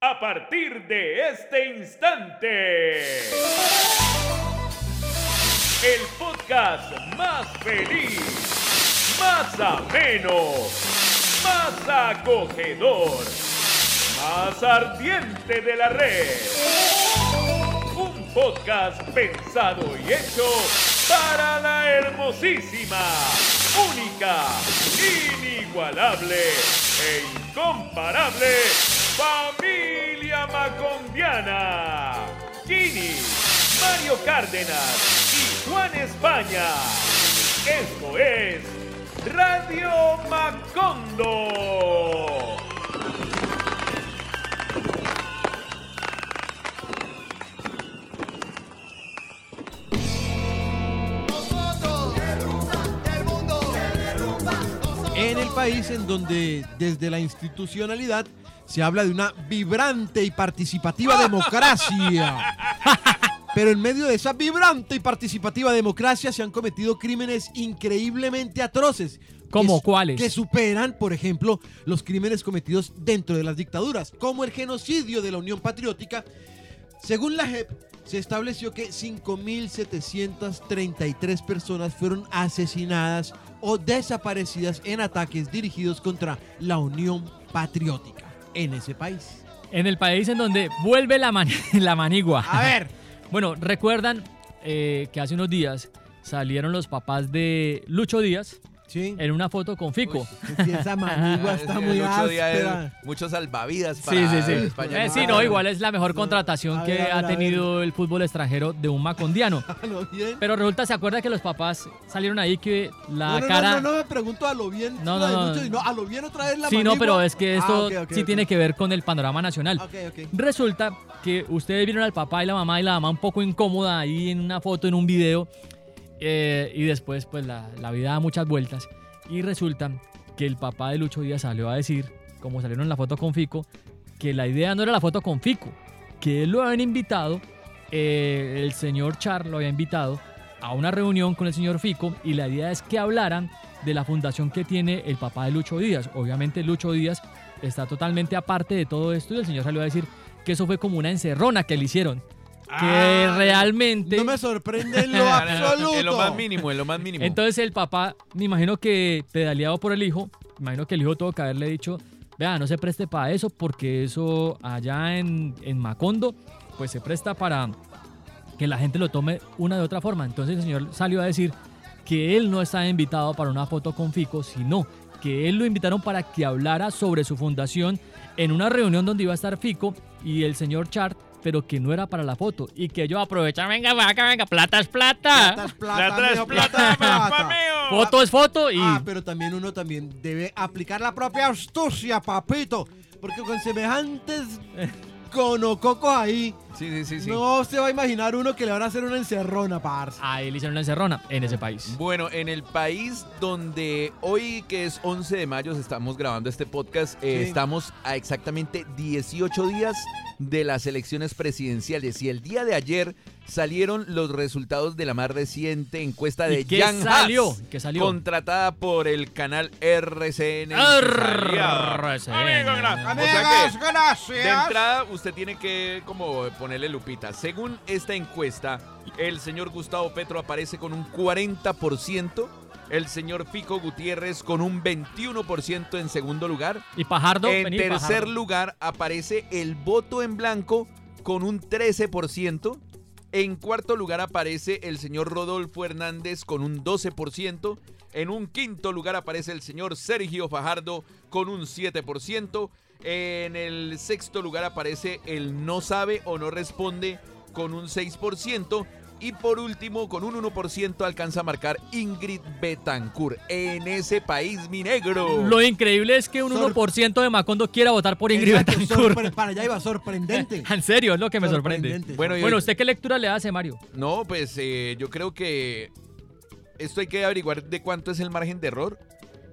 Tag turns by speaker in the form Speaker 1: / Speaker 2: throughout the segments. Speaker 1: A partir de este instante, el podcast más feliz, más ameno, más acogedor, más ardiente de la red. Un podcast pensado y hecho para la hermosísima, única, inigualable e incomparable Familia Macondiana. Gini, Mario Cárdenas y Juan España. Esto es Radio Macondo.
Speaker 2: En el país en donde desde la institucionalidad se habla de una vibrante y participativa democracia. Pero en medio de esa vibrante y participativa democracia se han cometido crímenes increíblemente atroces.
Speaker 3: ¿Cómo?
Speaker 2: que su-
Speaker 3: ¿Cuáles?
Speaker 2: Que superan, por ejemplo, los crímenes cometidos dentro de las dictaduras, como el genocidio de la Unión Patriótica. Según la JEP, se estableció que 5.733 personas fueron asesinadas o desaparecidas en ataques dirigidos contra la Unión Patriótica en ese país.
Speaker 3: En el país en donde vuelve la, mani- la manigua.
Speaker 2: A ver,
Speaker 3: Bueno, recuerdan eh, que hace unos días salieron los papás de Lucho Díaz
Speaker 2: sí.
Speaker 3: en una foto con Fico.
Speaker 2: Sí, esa manigua está
Speaker 4: Ah, es que
Speaker 2: muy
Speaker 4: Lucho Díaz es
Speaker 2: áspera.
Speaker 4: Muchos salvavidas para
Speaker 3: Sí, sí, sí.
Speaker 4: el español.
Speaker 3: Eh, sí, no, igual es la mejor contratación
Speaker 2: A
Speaker 3: que
Speaker 2: ver, a ver, a
Speaker 3: ha
Speaker 2: ver.
Speaker 3: tenido el fútbol extranjero de un macondiano.
Speaker 2: A lo bien.
Speaker 3: Pero resulta, ¿se acuerda que los papás salieron ahí que la
Speaker 2: No, no,
Speaker 3: cara...
Speaker 2: no, no, no me pregunto a lo bien.
Speaker 3: No,
Speaker 2: la de
Speaker 3: no, no.
Speaker 2: Lucho, sino a lo bien otra vez la
Speaker 3: sí, no,
Speaker 2: manigua.
Speaker 3: pero es que esto
Speaker 2: Ah, ok, ok,
Speaker 3: sí
Speaker 2: ok.
Speaker 3: tiene que ver con el panorama nacional.
Speaker 2: Ok, ok.
Speaker 3: Resulta que ustedes vieron al papá y la mamá y la mamá un poco incómoda ahí en una foto, en un video, eh, y después pues la, la vida da muchas vueltas. Y resulta que el papá de Lucho Díaz salió a decir, como salieron en la foto con Fico, que la idea no era la foto con Fico, que él lo habían invitado, eh, el señor Char lo había invitado a una reunión con el señor Fico y la idea es que hablaran de la fundación que tiene el papá de Lucho Díaz. Obviamente Lucho Díaz está totalmente aparte de todo esto y el señor salió a decir que eso fue como una encerrona que le hicieron. Que
Speaker 2: Ah,
Speaker 3: realmente...
Speaker 2: No me sorprende en lo
Speaker 4: En lo más
Speaker 2: absoluto.
Speaker 4: mínimo, en lo más mínimo.
Speaker 3: Entonces el papá, me imagino que pedaleado por el hijo, me imagino que el hijo tuvo que haberle dicho, vea, no se preste para eso, porque eso allá en, en Macondo, pues se presta para que la gente lo tome una de otra forma. Entonces el señor salió a decir que él no estaba invitado para una foto con Fico, sino que él lo invitaron para que hablara sobre su fundación en una reunión donde iba a estar Fico y el señor Chart, pero que no era para la foto y que ellos aprovechan, venga, vaca, venga, plata es plata.
Speaker 2: Plata es
Speaker 4: La
Speaker 2: plata,
Speaker 4: tres
Speaker 2: mijo,
Speaker 4: plata,
Speaker 2: plata,
Speaker 4: papá
Speaker 2: plata.
Speaker 4: mío.
Speaker 3: Foto es foto y
Speaker 2: Ah, pero también uno también debe aplicar la propia astucia, papito. Porque con semejantes conococos ahí,
Speaker 4: Sí, sí, sí, Ah, sí.
Speaker 2: no se va a imaginar uno que le van a hacer una encerrona, parce.
Speaker 3: ahí le hicieron una encerrona en ese país.
Speaker 4: Bueno, en el país donde hoy, que es 11 de mayo, estamos grabando este podcast, eh,
Speaker 2: Sí.
Speaker 4: estamos a exactamente 18 días de las elecciones presidenciales. Y el día de ayer salieron los resultados de la más reciente encuesta
Speaker 3: ¿Y
Speaker 4: de
Speaker 3: qué
Speaker 4: Jan Haas,
Speaker 3: salió? ¿Qué salió?
Speaker 4: contratada por el canal RCN.
Speaker 3: RCN.
Speaker 4: Amigo, gra- o sea que-
Speaker 2: Amigos, gracias.
Speaker 4: de entrada, usted tiene que como ponerle lupita. Según esta encuesta, el señor Gustavo Petro aparece con un 40%, el señor Fico Gutiérrez con un 21% en segundo lugar.
Speaker 3: Y Pajardo,
Speaker 4: en
Speaker 3: vení,
Speaker 4: tercer
Speaker 3: Pajardo.
Speaker 4: lugar aparece el voto en blanco con un 13%. En cuarto lugar aparece el señor Rodolfo Hernández con un 12%. En un quinto lugar aparece el señor Sergio Fajardo con un 7%. En el sexto lugar aparece el no sabe o no responde con un 6%. Y por último, con un 1% alcanza a marcar Ingrid Betancourt. En ese país, mi negro.
Speaker 3: Lo increíble es que un
Speaker 2: Sor-
Speaker 3: 1% de Macondo quiera votar por Ingrid
Speaker 2: Exacto,
Speaker 3: Betancourt.
Speaker 2: sorpre- Para allá iba sorprendente.
Speaker 3: En serio, es lo que me sorprende.
Speaker 2: Sorprendente.
Speaker 4: Bueno, y-
Speaker 3: Bueno, ¿usted qué lectura le hace, Mario?
Speaker 4: No, pues eh, yo creo que esto hay que averiguar de cuánto es el margen de error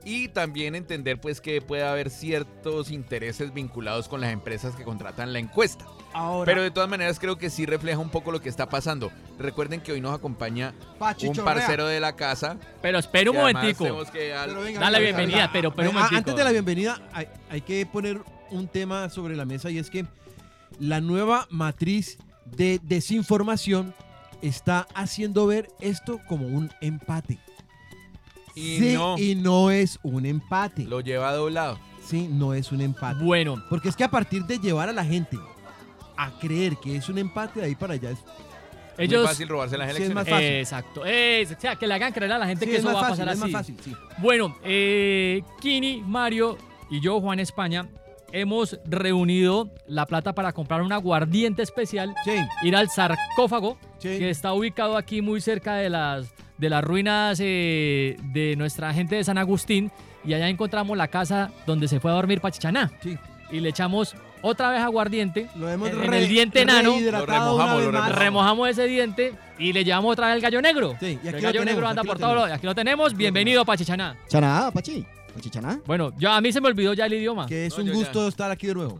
Speaker 4: y también entender pues que puede haber ciertos intereses vinculados con las empresas que contratan la encuesta.
Speaker 2: ahora,
Speaker 4: Pero de todas maneras creo que sí refleja un poco lo que está pasando. Recuerden que hoy nos acompaña un
Speaker 2: Pachichorrea.
Speaker 4: parcero de la casa.
Speaker 3: Pero espera un
Speaker 4: que además
Speaker 3: momentico.
Speaker 4: tenemos que al-
Speaker 2: Pero venga,
Speaker 3: Dale
Speaker 2: venga,
Speaker 3: bienvenida,
Speaker 2: venga.
Speaker 3: pero, pero un
Speaker 2: Ah,
Speaker 3: momentico.
Speaker 2: antes de la bienvenida, hay, hay que poner un tema sobre la mesa y es que la nueva matriz de desinformación está haciendo ver esto como un empate.
Speaker 4: Y
Speaker 2: sí,
Speaker 4: no,
Speaker 2: y no es un empate.
Speaker 4: lo lleva doblado.
Speaker 2: Sí, no es un empate.
Speaker 3: Bueno,
Speaker 2: Porque es que a partir de llevar a la gente a creer que es un empate, de ahí para allá es,
Speaker 4: Ellos,
Speaker 3: ellos...
Speaker 4: fácil robarse las
Speaker 2: Sí, es
Speaker 4: elecciones.
Speaker 2: más fácil.
Speaker 3: Exacto. Es- o sea, que le hagan creer a la gente
Speaker 2: Sí,
Speaker 3: que
Speaker 2: es
Speaker 3: eso
Speaker 2: más
Speaker 3: va a
Speaker 2: fácil,
Speaker 3: pasar
Speaker 2: es más
Speaker 3: así.
Speaker 2: fácil, sí.
Speaker 3: Bueno, eh, Kini, Mario y yo, Juan España, hemos reunido la plata para comprar un aguardiente especial,
Speaker 2: Sí,
Speaker 3: ir al sarcófago,
Speaker 2: sí.
Speaker 3: que está ubicado aquí muy cerca de las, de las ruinas eh, de nuestra gente de San Agustín, y allá encontramos la casa donde se fue a dormir Pachichaná,
Speaker 2: sí.
Speaker 3: y le echamos otra vez aguardiente,
Speaker 2: Lo hemos
Speaker 3: En- en el diente enano.
Speaker 2: rehidratado
Speaker 4: Lo remojamos,
Speaker 2: una vez
Speaker 4: lo
Speaker 2: más.
Speaker 4: remojamos.
Speaker 3: remojamos ese diente y le llevamos otra vez el gallo negro.
Speaker 2: Sí, y aquí lo
Speaker 3: el gallo
Speaker 2: tenemos,
Speaker 3: negro anda
Speaker 2: aquí lo
Speaker 3: por todo
Speaker 2: tenemos.
Speaker 3: lado. Aquí lo tenemos.
Speaker 2: lo
Speaker 3: Bienvenido, Pachichaná.
Speaker 5: Chaná, Pachi. Pachi, chaná.
Speaker 3: Bueno, ya a mí se me olvidó Ah, ya el idioma.
Speaker 2: Que es
Speaker 4: No,
Speaker 2: un
Speaker 4: yo ya.
Speaker 2: gusto estar aquí de nuevo.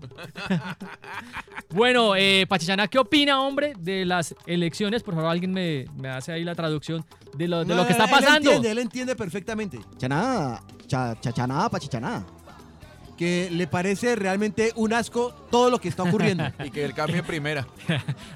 Speaker 3: Bueno, eh, Pachichana, ¿qué opina, hombre, de las elecciones? Por favor, alguien me, me hace ahí la traducción de lo, de
Speaker 2: No,
Speaker 3: lo que está
Speaker 2: él
Speaker 3: pasando.
Speaker 2: entiende, él entiende perfectamente.
Speaker 5: Chaná, cha, cha, chaná, Pachi, chaná.
Speaker 2: Que le parece realmente un asco todo lo que está ocurriendo.
Speaker 4: Y que el cambie en primera.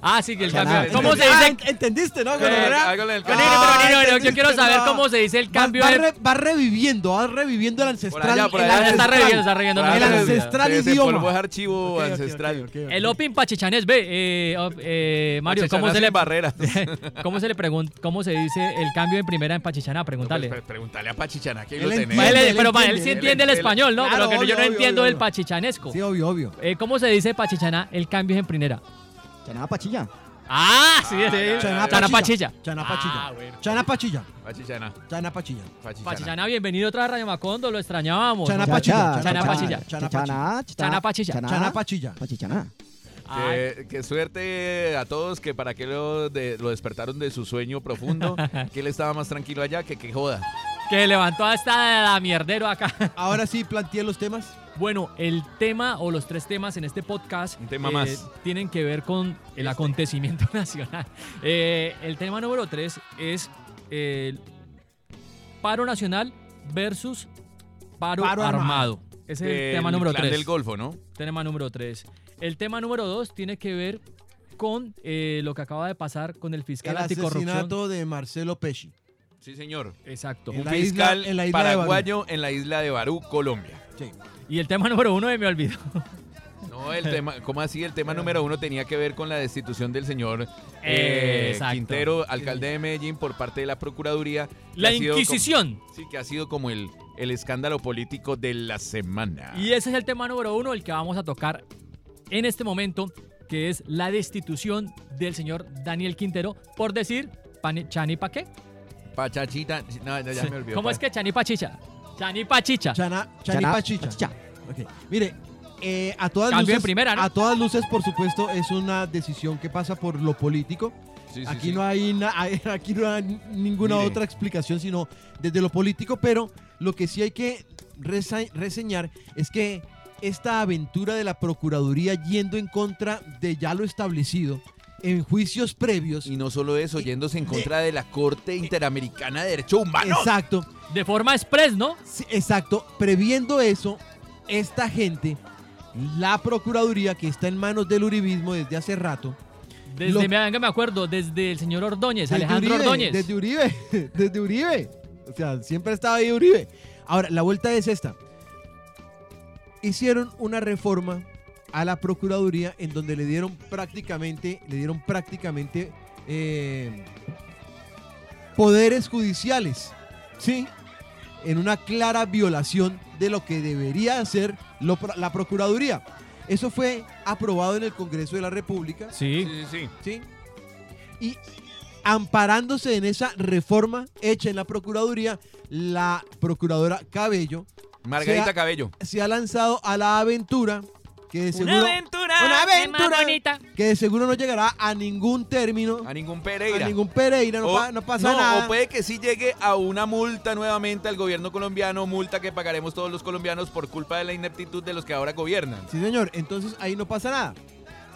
Speaker 3: Ah, sí, que el
Speaker 5: Chaná,
Speaker 3: cambio. ¿Cómo se
Speaker 2: Ah,
Speaker 3: dice?
Speaker 2: ent- ¿Entendiste, no?
Speaker 4: Eh,
Speaker 2: gonorrea?
Speaker 4: hágale el
Speaker 3: Pero,
Speaker 4: cambio.
Speaker 2: Ah,
Speaker 3: pero, pero, yo
Speaker 2: entendiste,
Speaker 3: quiero saber
Speaker 2: no.
Speaker 3: cómo se dice el
Speaker 2: Va-
Speaker 3: cambio.
Speaker 2: va,
Speaker 3: de-
Speaker 2: re- va reviviendo, va reviviendo el ancestral.
Speaker 4: allá, por
Speaker 2: el
Speaker 4: allá.
Speaker 3: está
Speaker 2: ancestral.
Speaker 3: reviviendo, está reviviendo.
Speaker 2: el
Speaker 3: no se olvida.
Speaker 2: ancestral
Speaker 4: Se
Speaker 2: idioma.
Speaker 4: desempolvó ese archivo
Speaker 2: Ok, ok,
Speaker 4: ancestral.
Speaker 2: ok, ok, ok.
Speaker 3: El Opin Pachichanés, ve, eh, op- eh, Mario,
Speaker 4: Pachichaná
Speaker 3: ¿cómo se
Speaker 4: sin
Speaker 3: le
Speaker 4: barreras.
Speaker 3: ¿Cómo se le pregunta, cómo se dice el cambio en primera en Pachichana? Pregúntale. Pues
Speaker 4: Pues, Pregúntale a Pachichana, que ahí
Speaker 2: Él
Speaker 4: lo tenés.
Speaker 2: entiende.
Speaker 3: Él-
Speaker 2: él
Speaker 3: pero para él sí
Speaker 2: entiende, él
Speaker 3: entiende el
Speaker 4: entiende.
Speaker 3: español, ¿no?
Speaker 2: Claro,
Speaker 3: pero que yo no
Speaker 2: obvio, obvio,
Speaker 3: entiendo
Speaker 2: obvio.
Speaker 3: el pachichanesco.
Speaker 2: Sí, obvio, obvio.
Speaker 3: Eh, ¿Cómo se dice Pachichana el cambio en primera?
Speaker 5: Chaná, Pachilla.
Speaker 3: Ah, sí,
Speaker 4: Ah,
Speaker 3: sí.
Speaker 4: ya, ya,
Speaker 3: Chana,
Speaker 4: ya.
Speaker 3: Pachilla.
Speaker 2: Chana
Speaker 3: Ah,
Speaker 2: Pachilla.
Speaker 3: bueno.
Speaker 2: Chana Pachilla.
Speaker 4: Pachichana,
Speaker 2: Chana Pachilla.
Speaker 4: Pachichana.
Speaker 3: Pachichana, bienvenido otra vez a Radio Macondo, lo extrañábamos.
Speaker 2: Chana
Speaker 3: ¿no?
Speaker 2: Pachilla.
Speaker 3: Chana Pachilla.
Speaker 5: Chaná,
Speaker 2: Chana Pachilla.
Speaker 3: Chaná, Pachilla.
Speaker 5: Ah.
Speaker 2: Chana Pachilla.
Speaker 5: Pachi, chaná.
Speaker 3: Ay,
Speaker 4: Que, que suerte a todos que para que lo, de- lo despertaron de su sueño profundo, que él estaba más tranquilo allá que que joda.
Speaker 3: que levantó hasta la mierdero acá.
Speaker 2: Ahora sí planteé los temas.
Speaker 3: Bueno, el tema o los tres temas en este podcast
Speaker 4: Un tema más.
Speaker 3: tienen que ver con el acontecimiento nacional. Eh, el tema número tres es el paro nacional versus paro,
Speaker 2: Paro
Speaker 3: armado. Ese es el
Speaker 4: Del
Speaker 3: tema número
Speaker 4: clan
Speaker 3: tres.
Speaker 4: del Golfo, ¿no?
Speaker 3: Tema número 3. El tema número 2 tiene que ver con eh, lo que acaba de pasar con el fiscal
Speaker 2: El
Speaker 3: anticorrupción.
Speaker 2: asesinato de Marcelo Pesci.
Speaker 4: Sí, señor.
Speaker 3: Exacto.
Speaker 2: En
Speaker 4: Un
Speaker 2: la isla-
Speaker 4: fiscal
Speaker 2: en la isla de Barú.
Speaker 4: paraguayo en la isla de Barú, Colombia.
Speaker 2: Sí.
Speaker 3: Y el tema número 1 me olvidó.
Speaker 4: No, el tema, ¿cómo así? El tema número uno tenía que ver con la destitución del señor
Speaker 3: Eh,
Speaker 4: eh,
Speaker 3: exacto.
Speaker 4: Quintero, alcalde de Medellín, por parte de la Procuraduría. que
Speaker 3: La
Speaker 4: ha sido como-
Speaker 3: Inquisición.
Speaker 4: sí, que ha sido como el, el escándalo político de la semana.
Speaker 3: Y ese es el tema número 1, el que vamos a tocar en este momento, que es la destitución del señor Daniel Quintero por decir pani- Chani pa' qué.
Speaker 4: Pachachita, no, ya, ya me olvidó.
Speaker 3: ¿Cómo es que Chani Pachicha? Chani Pachicha.
Speaker 2: Chana, Chani
Speaker 5: Chaná,
Speaker 2: Pachilla.
Speaker 5: Pachicha.
Speaker 2: Ok. Mire, eh, a todas
Speaker 3: Cambio en
Speaker 2: luces,
Speaker 3: primera, ¿no?
Speaker 2: a todas luces, por supuesto, es una decisión que pasa por lo político.
Speaker 4: Sí, sí,
Speaker 2: aquí
Speaker 4: sí.
Speaker 2: no hay na- aquí no hay ninguna
Speaker 4: Mire.
Speaker 2: otra explicación sino desde lo político, pero lo que sí hay que resa- reseñar es que esta aventura de la procuraduría yendo en contra de ya lo establecido en juicios previos.
Speaker 4: Y no solo eso, yéndose en contra de la Corte Interamericana de Derechos Humanos.
Speaker 2: Exacto.
Speaker 3: De forma express, ¿no?
Speaker 2: Sí, exacto. Previendo eso, esta gente, la Procuraduría, que está en manos del Uribismo desde hace rato.
Speaker 3: Desde,
Speaker 2: Lo-
Speaker 3: me- venga, me acuerdo, desde el señor Ordóñez,
Speaker 2: desde
Speaker 3: Alejandro
Speaker 2: Uribe,
Speaker 3: Ordóñez.
Speaker 2: Desde Uribe, desde Uribe. O sea, siempre estaba ahí Uribe. Ahora, la vuelta es esta. Hicieron una reforma a la Procuraduría en donde le dieron prácticamente, le dieron prácticamente eh, poderes judiciales. ¿Sí? en una clara violación de lo que debería hacer lo- la Procuraduría. Eso fue aprobado en el Congreso de la República,
Speaker 3: Sí.
Speaker 4: Sí, sí, sí.
Speaker 2: ¿sí? Y amparándose en esa reforma hecha en la Procuraduría, la Procuradora Cabello
Speaker 4: Margarita
Speaker 2: Sea-
Speaker 4: Cabello.
Speaker 2: se ha lanzado a la aventura que de seguro,
Speaker 3: aventura.
Speaker 2: Una
Speaker 3: qué más
Speaker 2: aventura.
Speaker 3: bonita.
Speaker 2: que de seguro no llegará a ningún término,
Speaker 4: A ningún
Speaker 2: a
Speaker 4: Pereira.
Speaker 2: ningún Pereira, no,
Speaker 4: O-
Speaker 2: pa- no pasa
Speaker 4: no,
Speaker 2: nada.
Speaker 4: O puede que sí llegue a una multa nuevamente al gobierno colombiano, multa que pagaremos todos los colombianos por culpa de la ineptitud de los que ahora gobiernan.
Speaker 2: Sí, señor. Entonces ahí no pasa nada.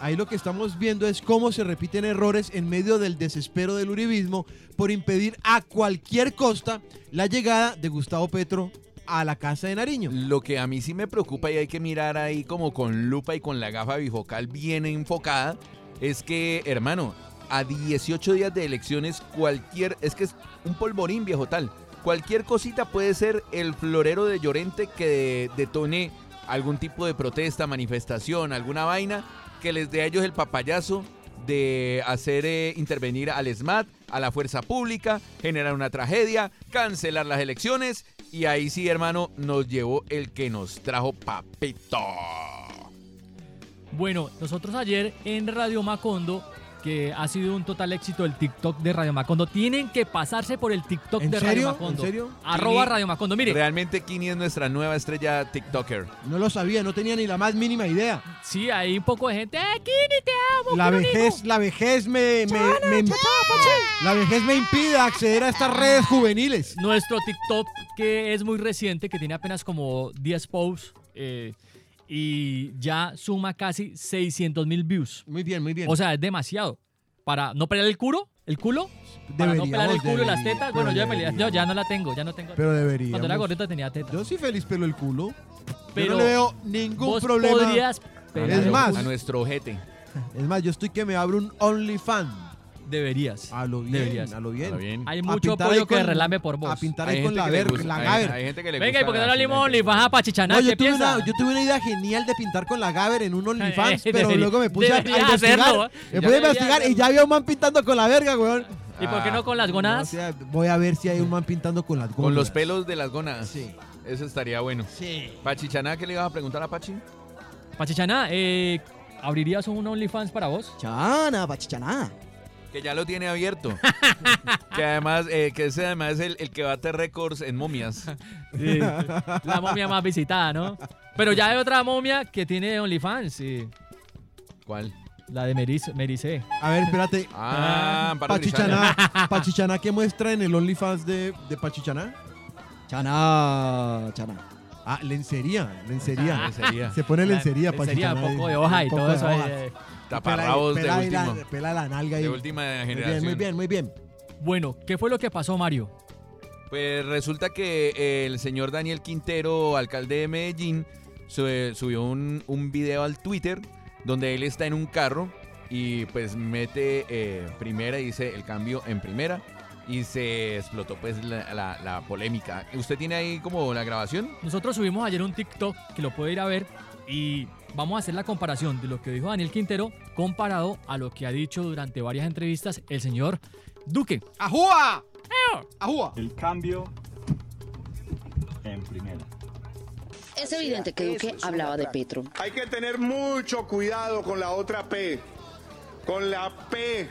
Speaker 2: Ahí lo que estamos viendo es cómo se repiten errores en medio del desespero del uribismo por impedir a cualquier costa la llegada de Gustavo Petro a la Casa de Nariño.
Speaker 4: Lo que a mí sí me preocupa y hay que mirar ahí como con lupa y con la gafa bifocal bien enfocada es que, hermano, a 18 días de elecciones cualquier, es que es un polvorín viejo tal, cualquier cosita puede ser el florero de Llorente que detone algún tipo de protesta, manifestación, alguna vaina que les dé a ellos el papayazo de hacer eh, intervenir al SMAT, a la fuerza pública, generar una tragedia, cancelar las elecciones y ahí sí, hermano, nos llevó el que nos trajo papito.
Speaker 3: Bueno, nosotros ayer en Radio Macondo, que ha sido un total éxito el TikTok de Radio Macondo, tienen que pasarse por el TikTok
Speaker 2: ¿En
Speaker 3: de Radio
Speaker 2: serio? ¿En
Speaker 3: Macondo.
Speaker 2: serio?
Speaker 3: Arroba
Speaker 4: Kini-
Speaker 3: Radio Macondo. Mire,
Speaker 4: Realmente Kini es nuestra nueva estrella TikToker.
Speaker 2: No lo sabía, no tenía ni la más mínima idea.
Speaker 3: sí, hay un poco de gente. ¡Eh, Kini, te amo!
Speaker 2: La
Speaker 3: Kini,
Speaker 2: vejez, la vejez me, me- me- la vejez me impide acceder a estas redes juveniles.
Speaker 3: Nuestro TikTok, que es muy reciente, que tiene apenas como 10 posts eh, y ya suma casi 600 mil views.
Speaker 2: Muy bien, muy bien.
Speaker 3: O sea, es demasiado. Para no pelar el culo, el culo, para no pelar el
Speaker 2: Deberíamos,
Speaker 3: culo y las
Speaker 2: debería-
Speaker 3: tetas.
Speaker 2: pero
Speaker 3: Bueno, yo, ya me la- yo
Speaker 2: deberíamos.
Speaker 3: ya no la tengo, ya no tengo.
Speaker 2: Pero
Speaker 3: Cuando era
Speaker 2: debería.
Speaker 3: gordita tenía tetas.
Speaker 2: Yo sí feliz pelo el culo. Pero
Speaker 3: Pero
Speaker 2: no le veo ningún
Speaker 3: Vos
Speaker 2: problema.
Speaker 3: podrías pelar
Speaker 2: Es
Speaker 3: el
Speaker 2: más.
Speaker 3: culo.
Speaker 4: A nuestro ojete.
Speaker 2: Es más, yo estoy que me abro un OnlyFans.
Speaker 3: Deberías.
Speaker 2: A lo bien,
Speaker 3: Deberías.
Speaker 2: a lo bien.
Speaker 4: Está bien.
Speaker 3: Hay
Speaker 2: A
Speaker 3: mucho
Speaker 2: pintar
Speaker 3: pollo
Speaker 2: ahí
Speaker 3: que
Speaker 2: con-
Speaker 3: relame por vos.
Speaker 2: A pintar
Speaker 4: Hay
Speaker 2: ahí con
Speaker 4: gente
Speaker 2: la
Speaker 4: que le
Speaker 2: ver,
Speaker 4: gusta-
Speaker 2: la
Speaker 4: hay-
Speaker 2: gaber.
Speaker 4: hay gente que le
Speaker 3: Venga, ¿y
Speaker 4: gusta
Speaker 3: por qué no le
Speaker 4: así,
Speaker 3: hablamos
Speaker 4: hay gente que le
Speaker 3: OnlyFans a
Speaker 4: gusta.
Speaker 3: Pachichaná?
Speaker 2: No, yo
Speaker 3: Ah, ¿Qué
Speaker 2: tuve,
Speaker 3: piensa?
Speaker 2: una, yo tuve una idea genial de pintar con la Gaber en un OnlyFans,
Speaker 3: Eh,
Speaker 2: pero
Speaker 3: deberí-
Speaker 2: luego me puse a, a
Speaker 3: deberías
Speaker 2: investigar.
Speaker 3: hacerlo, ¿eh?
Speaker 2: Me
Speaker 3: Ya.
Speaker 2: puse a investigar y ya había un man pintando con la verga, weón.
Speaker 3: ¿Y por qué
Speaker 2: Ah,
Speaker 3: no con las
Speaker 2: No, o
Speaker 3: gonadas?
Speaker 2: sea, voy a ver si hay un man pintando con las
Speaker 4: Con
Speaker 2: gónadas.
Speaker 4: los pelos de las gonas.
Speaker 2: Sí.
Speaker 4: Eso estaría bueno.
Speaker 2: Sí.
Speaker 4: Pachichaná, ¿qué le ibas a preguntar a Pachi?
Speaker 3: Pachichaná, eh, ¿abrirías un OnlyFans para vos?
Speaker 5: Chana, pachichaná.
Speaker 4: Que ya lo tiene abierto. que además, eh, que ese además es el, el que bate récords en momias.
Speaker 3: Sí. La momia más visitada, ¿no? Pero ya hay otra momia que tiene OnlyFans, sí.
Speaker 4: ¿Cuál?
Speaker 3: La de Meris- E. Mericé.
Speaker 2: A ver, espérate.
Speaker 4: Ah, para
Speaker 2: Pachichaná,
Speaker 4: Rizal.
Speaker 2: Pachichaná, ¿qué muestra en el OnlyFans de, de Pachichaná?
Speaker 5: Chana, chana.
Speaker 2: Ah, lencería, lencería.
Speaker 4: Sería.
Speaker 2: Se pone lencería,
Speaker 3: Sería
Speaker 2: Pachichaná.
Speaker 3: poco de
Speaker 2: ahí,
Speaker 3: hoja y
Speaker 2: un poco
Speaker 3: todo
Speaker 2: de
Speaker 3: eso.
Speaker 2: hojas.
Speaker 3: eh.
Speaker 4: Taparrabos de
Speaker 2: Pela ahí la-
Speaker 4: última.
Speaker 2: Pela la nalga ahí.
Speaker 4: De última
Speaker 2: Muy
Speaker 4: generación.
Speaker 2: bien, muy bien, muy bien.
Speaker 3: Bueno, ¿qué fue lo que pasó, Mario?
Speaker 4: Pues resulta que eh, el señor Daniel Quintero, alcalde de Medellín, su- eh, subió un, un video al Twitter donde él está en un carro y pues mete eh, primera y dice el cambio en primera y se explotó pues la, la- la polémica. ¿Usted tiene ahí como la grabación?
Speaker 3: Nosotros subimos ayer un TikTok que lo puede ir a ver y vamos a hacer la comparación de lo que dijo Daniel Quintero comparado a lo que ha dicho durante varias entrevistas el señor Duque.
Speaker 2: ¡Ajúa! ¡Ajúa!
Speaker 6: El cambio en primera.
Speaker 7: Es evidente que Duque hablaba de Petro.
Speaker 8: Hay que tener mucho cuidado con la otra P, con la P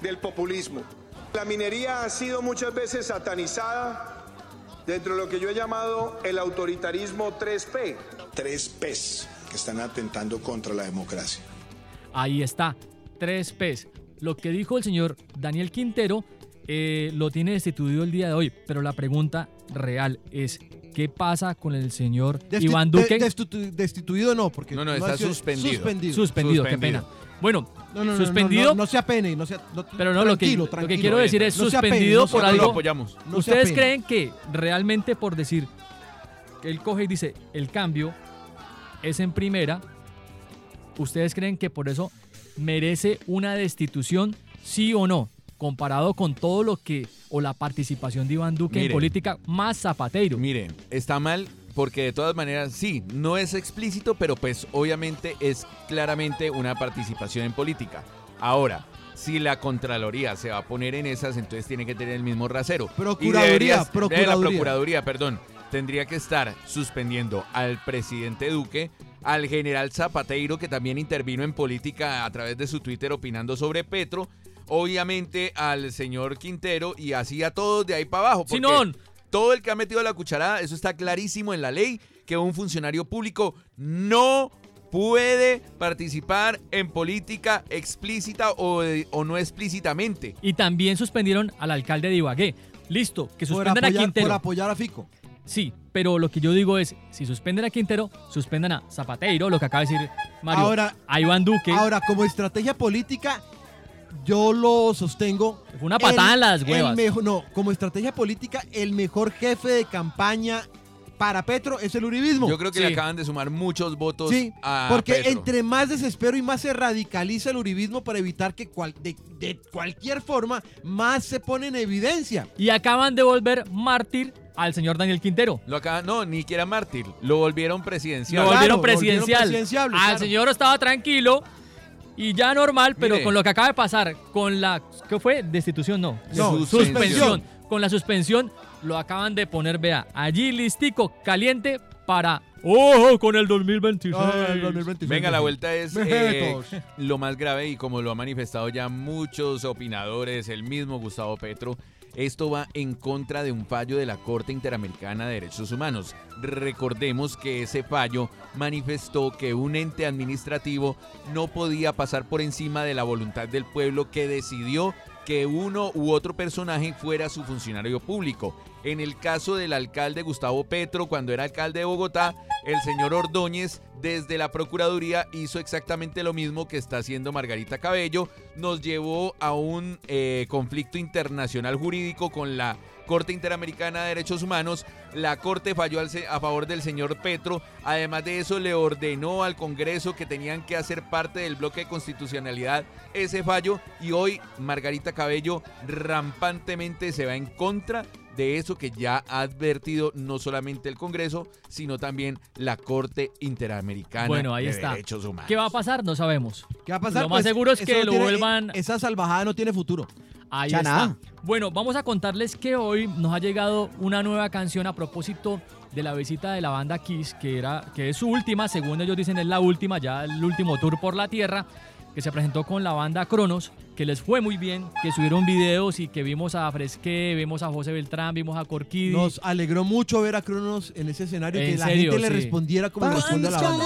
Speaker 8: del populismo. La minería ha sido muchas veces satanizada dentro de lo que yo he llamado el autoritarismo 3P.
Speaker 9: tres P's que están atentando contra la democracia.
Speaker 3: Ahí está, tres P's. Lo que dijo el señor Daniel Quintero eh, lo tiene destituido el día de hoy, pero la pregunta real es, ¿qué pasa con el señor
Speaker 2: Desti-
Speaker 3: Iván Duque?
Speaker 2: de- destitu- destituido no, porque.
Speaker 4: No, no, está
Speaker 2: ha sido-
Speaker 4: suspendido.
Speaker 2: Suspendido.
Speaker 3: suspendido, qué
Speaker 4: suspendido.
Speaker 3: pena. Bueno,
Speaker 2: No, no, no,
Speaker 3: suspendido,
Speaker 2: No, no, no se apene. No sea, no,
Speaker 3: pero no, lo que-
Speaker 2: tranquilo,
Speaker 3: lo que,
Speaker 2: tranquilo.
Speaker 3: quiero decir es
Speaker 2: No se apene,
Speaker 3: suspendido
Speaker 2: no se
Speaker 3: por
Speaker 2: apene.
Speaker 4: Nosotros
Speaker 3: algo...
Speaker 4: lo apoyamos.
Speaker 2: No se
Speaker 3: ¿Ustedes
Speaker 2: apene.
Speaker 3: creen que realmente por decir, él coge y dice, el cambio es en primera, ¿ustedes creen que por eso merece una destitución, sí o no? Comparado con todo lo que, o la participación de Iván Duque en
Speaker 4: Mire.
Speaker 3: política, más Zapateiro.
Speaker 4: Mire, está mal porque de todas maneras, sí, no es explícito, pero pues obviamente es claramente una participación en política. Ahora, si la Contraloría se va a poner en esas, entonces tiene que tener el mismo rasero. Y
Speaker 2: Procuraduría,
Speaker 4: deberías- de La
Speaker 2: procuraduría.
Speaker 4: Procuraduría, perdón. Tendría que estar suspendiendo al presidente Duque, al general Zapateiro, que también intervino en política a través de su Twitter opinando sobre Petro, obviamente al señor Quintero y así a todos de ahí para abajo. porque-
Speaker 3: Sinón,
Speaker 4: todo el que ha metido la cucharada, eso está clarísimo en la ley, que un funcionario público no puede participar en política explícita o, o no explícitamente.
Speaker 3: y también suspendieron al alcalde de Ibagué. Listo, que
Speaker 2: Por
Speaker 3: suspendan a
Speaker 2: apoyar, por
Speaker 3: Quintero.
Speaker 2: apoyar a Fico.
Speaker 3: Sí, pero lo que yo digo es, si suspenden a Quintero, suspendan a Zapateiro, lo que acaba de decir Mario,
Speaker 2: Ahora-
Speaker 3: a Iván Duque.
Speaker 2: Ahora, como estrategia política, yo lo sostengo.
Speaker 3: Fue una patada
Speaker 2: El-
Speaker 3: en las
Speaker 2: el
Speaker 3: huevas.
Speaker 2: mejo- no, como estrategia política, el mejor jefe de campaña para Petro es el uribismo.
Speaker 4: Yo creo que
Speaker 3: Sí.
Speaker 4: le acaban de sumar muchos votos
Speaker 2: Sí,
Speaker 4: a
Speaker 2: porque
Speaker 4: Petro.
Speaker 2: entre más desespero y más se radicaliza el uribismo para evitar que cual- de, de cualquier forma más se pone en evidencia.
Speaker 3: Y acaban de volver mártir al señor Daniel Quintero.
Speaker 4: Lo acaban, no, ni siquiera mártir. Lo volvieron presidencial.
Speaker 3: Lo
Speaker 2: Claro,
Speaker 3: volvieron
Speaker 2: lo volvieron
Speaker 3: presidencial.
Speaker 2: presidenciable,
Speaker 3: Al
Speaker 2: claro.
Speaker 3: señor estaba tranquilo y ya normal, pero
Speaker 4: Mire.
Speaker 3: con lo que acaba de pasar, con la. ¿Qué fue? Destitución, no.
Speaker 2: No,
Speaker 4: Suspensión.
Speaker 3: suspensión. Con la suspensión lo acaban de poner, vea, allí listico, caliente para. ¡Ojo con el 2026!
Speaker 2: Ah, el 2026.
Speaker 4: Venga, la vuelta es eh,
Speaker 2: Metos.
Speaker 4: lo más grave y como lo han manifestado ya muchos opinadores, el mismo Gustavo Petro, esto va en contra de un fallo de la Corte Interamericana de Derechos Humanos. Recordemos que ese fallo manifestó que un ente administrativo no podía pasar por encima de la voluntad del pueblo que decidió que uno u otro personaje fuera su funcionario público. En el caso del alcalde Gustavo Petro, cuando era alcalde de Bogotá, el señor Ordóñez desde la Procuraduría hizo exactamente lo mismo que está haciendo Margarita Cabello. Nos llevó a un eh, conflicto internacional jurídico con la Corte Interamericana de Derechos Humanos. La Corte falló al se- a favor del señor Petro. Además de eso, le ordenó al Congreso que tenían que hacer parte del bloque de constitucionalidad ese fallo. Y hoy Margarita Cabello rampantemente se va en contra de eso que ya ha advertido no solamente el Congreso, sino también la Corte Interamericana
Speaker 3: Bueno, ahí
Speaker 4: de
Speaker 3: está.
Speaker 4: Derechos Humanos.
Speaker 3: ¿Qué va a pasar? No sabemos.
Speaker 2: ¿Qué va a pasar? Pues,
Speaker 3: Lo más seguro es
Speaker 2: eso
Speaker 3: que
Speaker 2: no
Speaker 3: lo
Speaker 2: tiene- eh,
Speaker 3: vuelvan-
Speaker 2: Esa salvajada no tiene futuro.
Speaker 3: Ahí
Speaker 5: Chaná.
Speaker 3: está. Bueno, vamos a contarles que hoy nos ha llegado una nueva canción a propósito de la visita de la banda Kiss, que, era, que es su última, según ellos dicen es la última, ya el último tour por la Tierra, que se presentó con la banda Cronos, que les fue muy bien, que subieron videos y que vimos a Fresque, vimos a José Beltrán, vimos a Corquidi.
Speaker 2: Nos alegró mucho ver a Cronos en ese escenario y
Speaker 3: En
Speaker 2: que la
Speaker 3: serio,
Speaker 2: gente le
Speaker 3: sí.
Speaker 2: respondiera como le responde a la banda.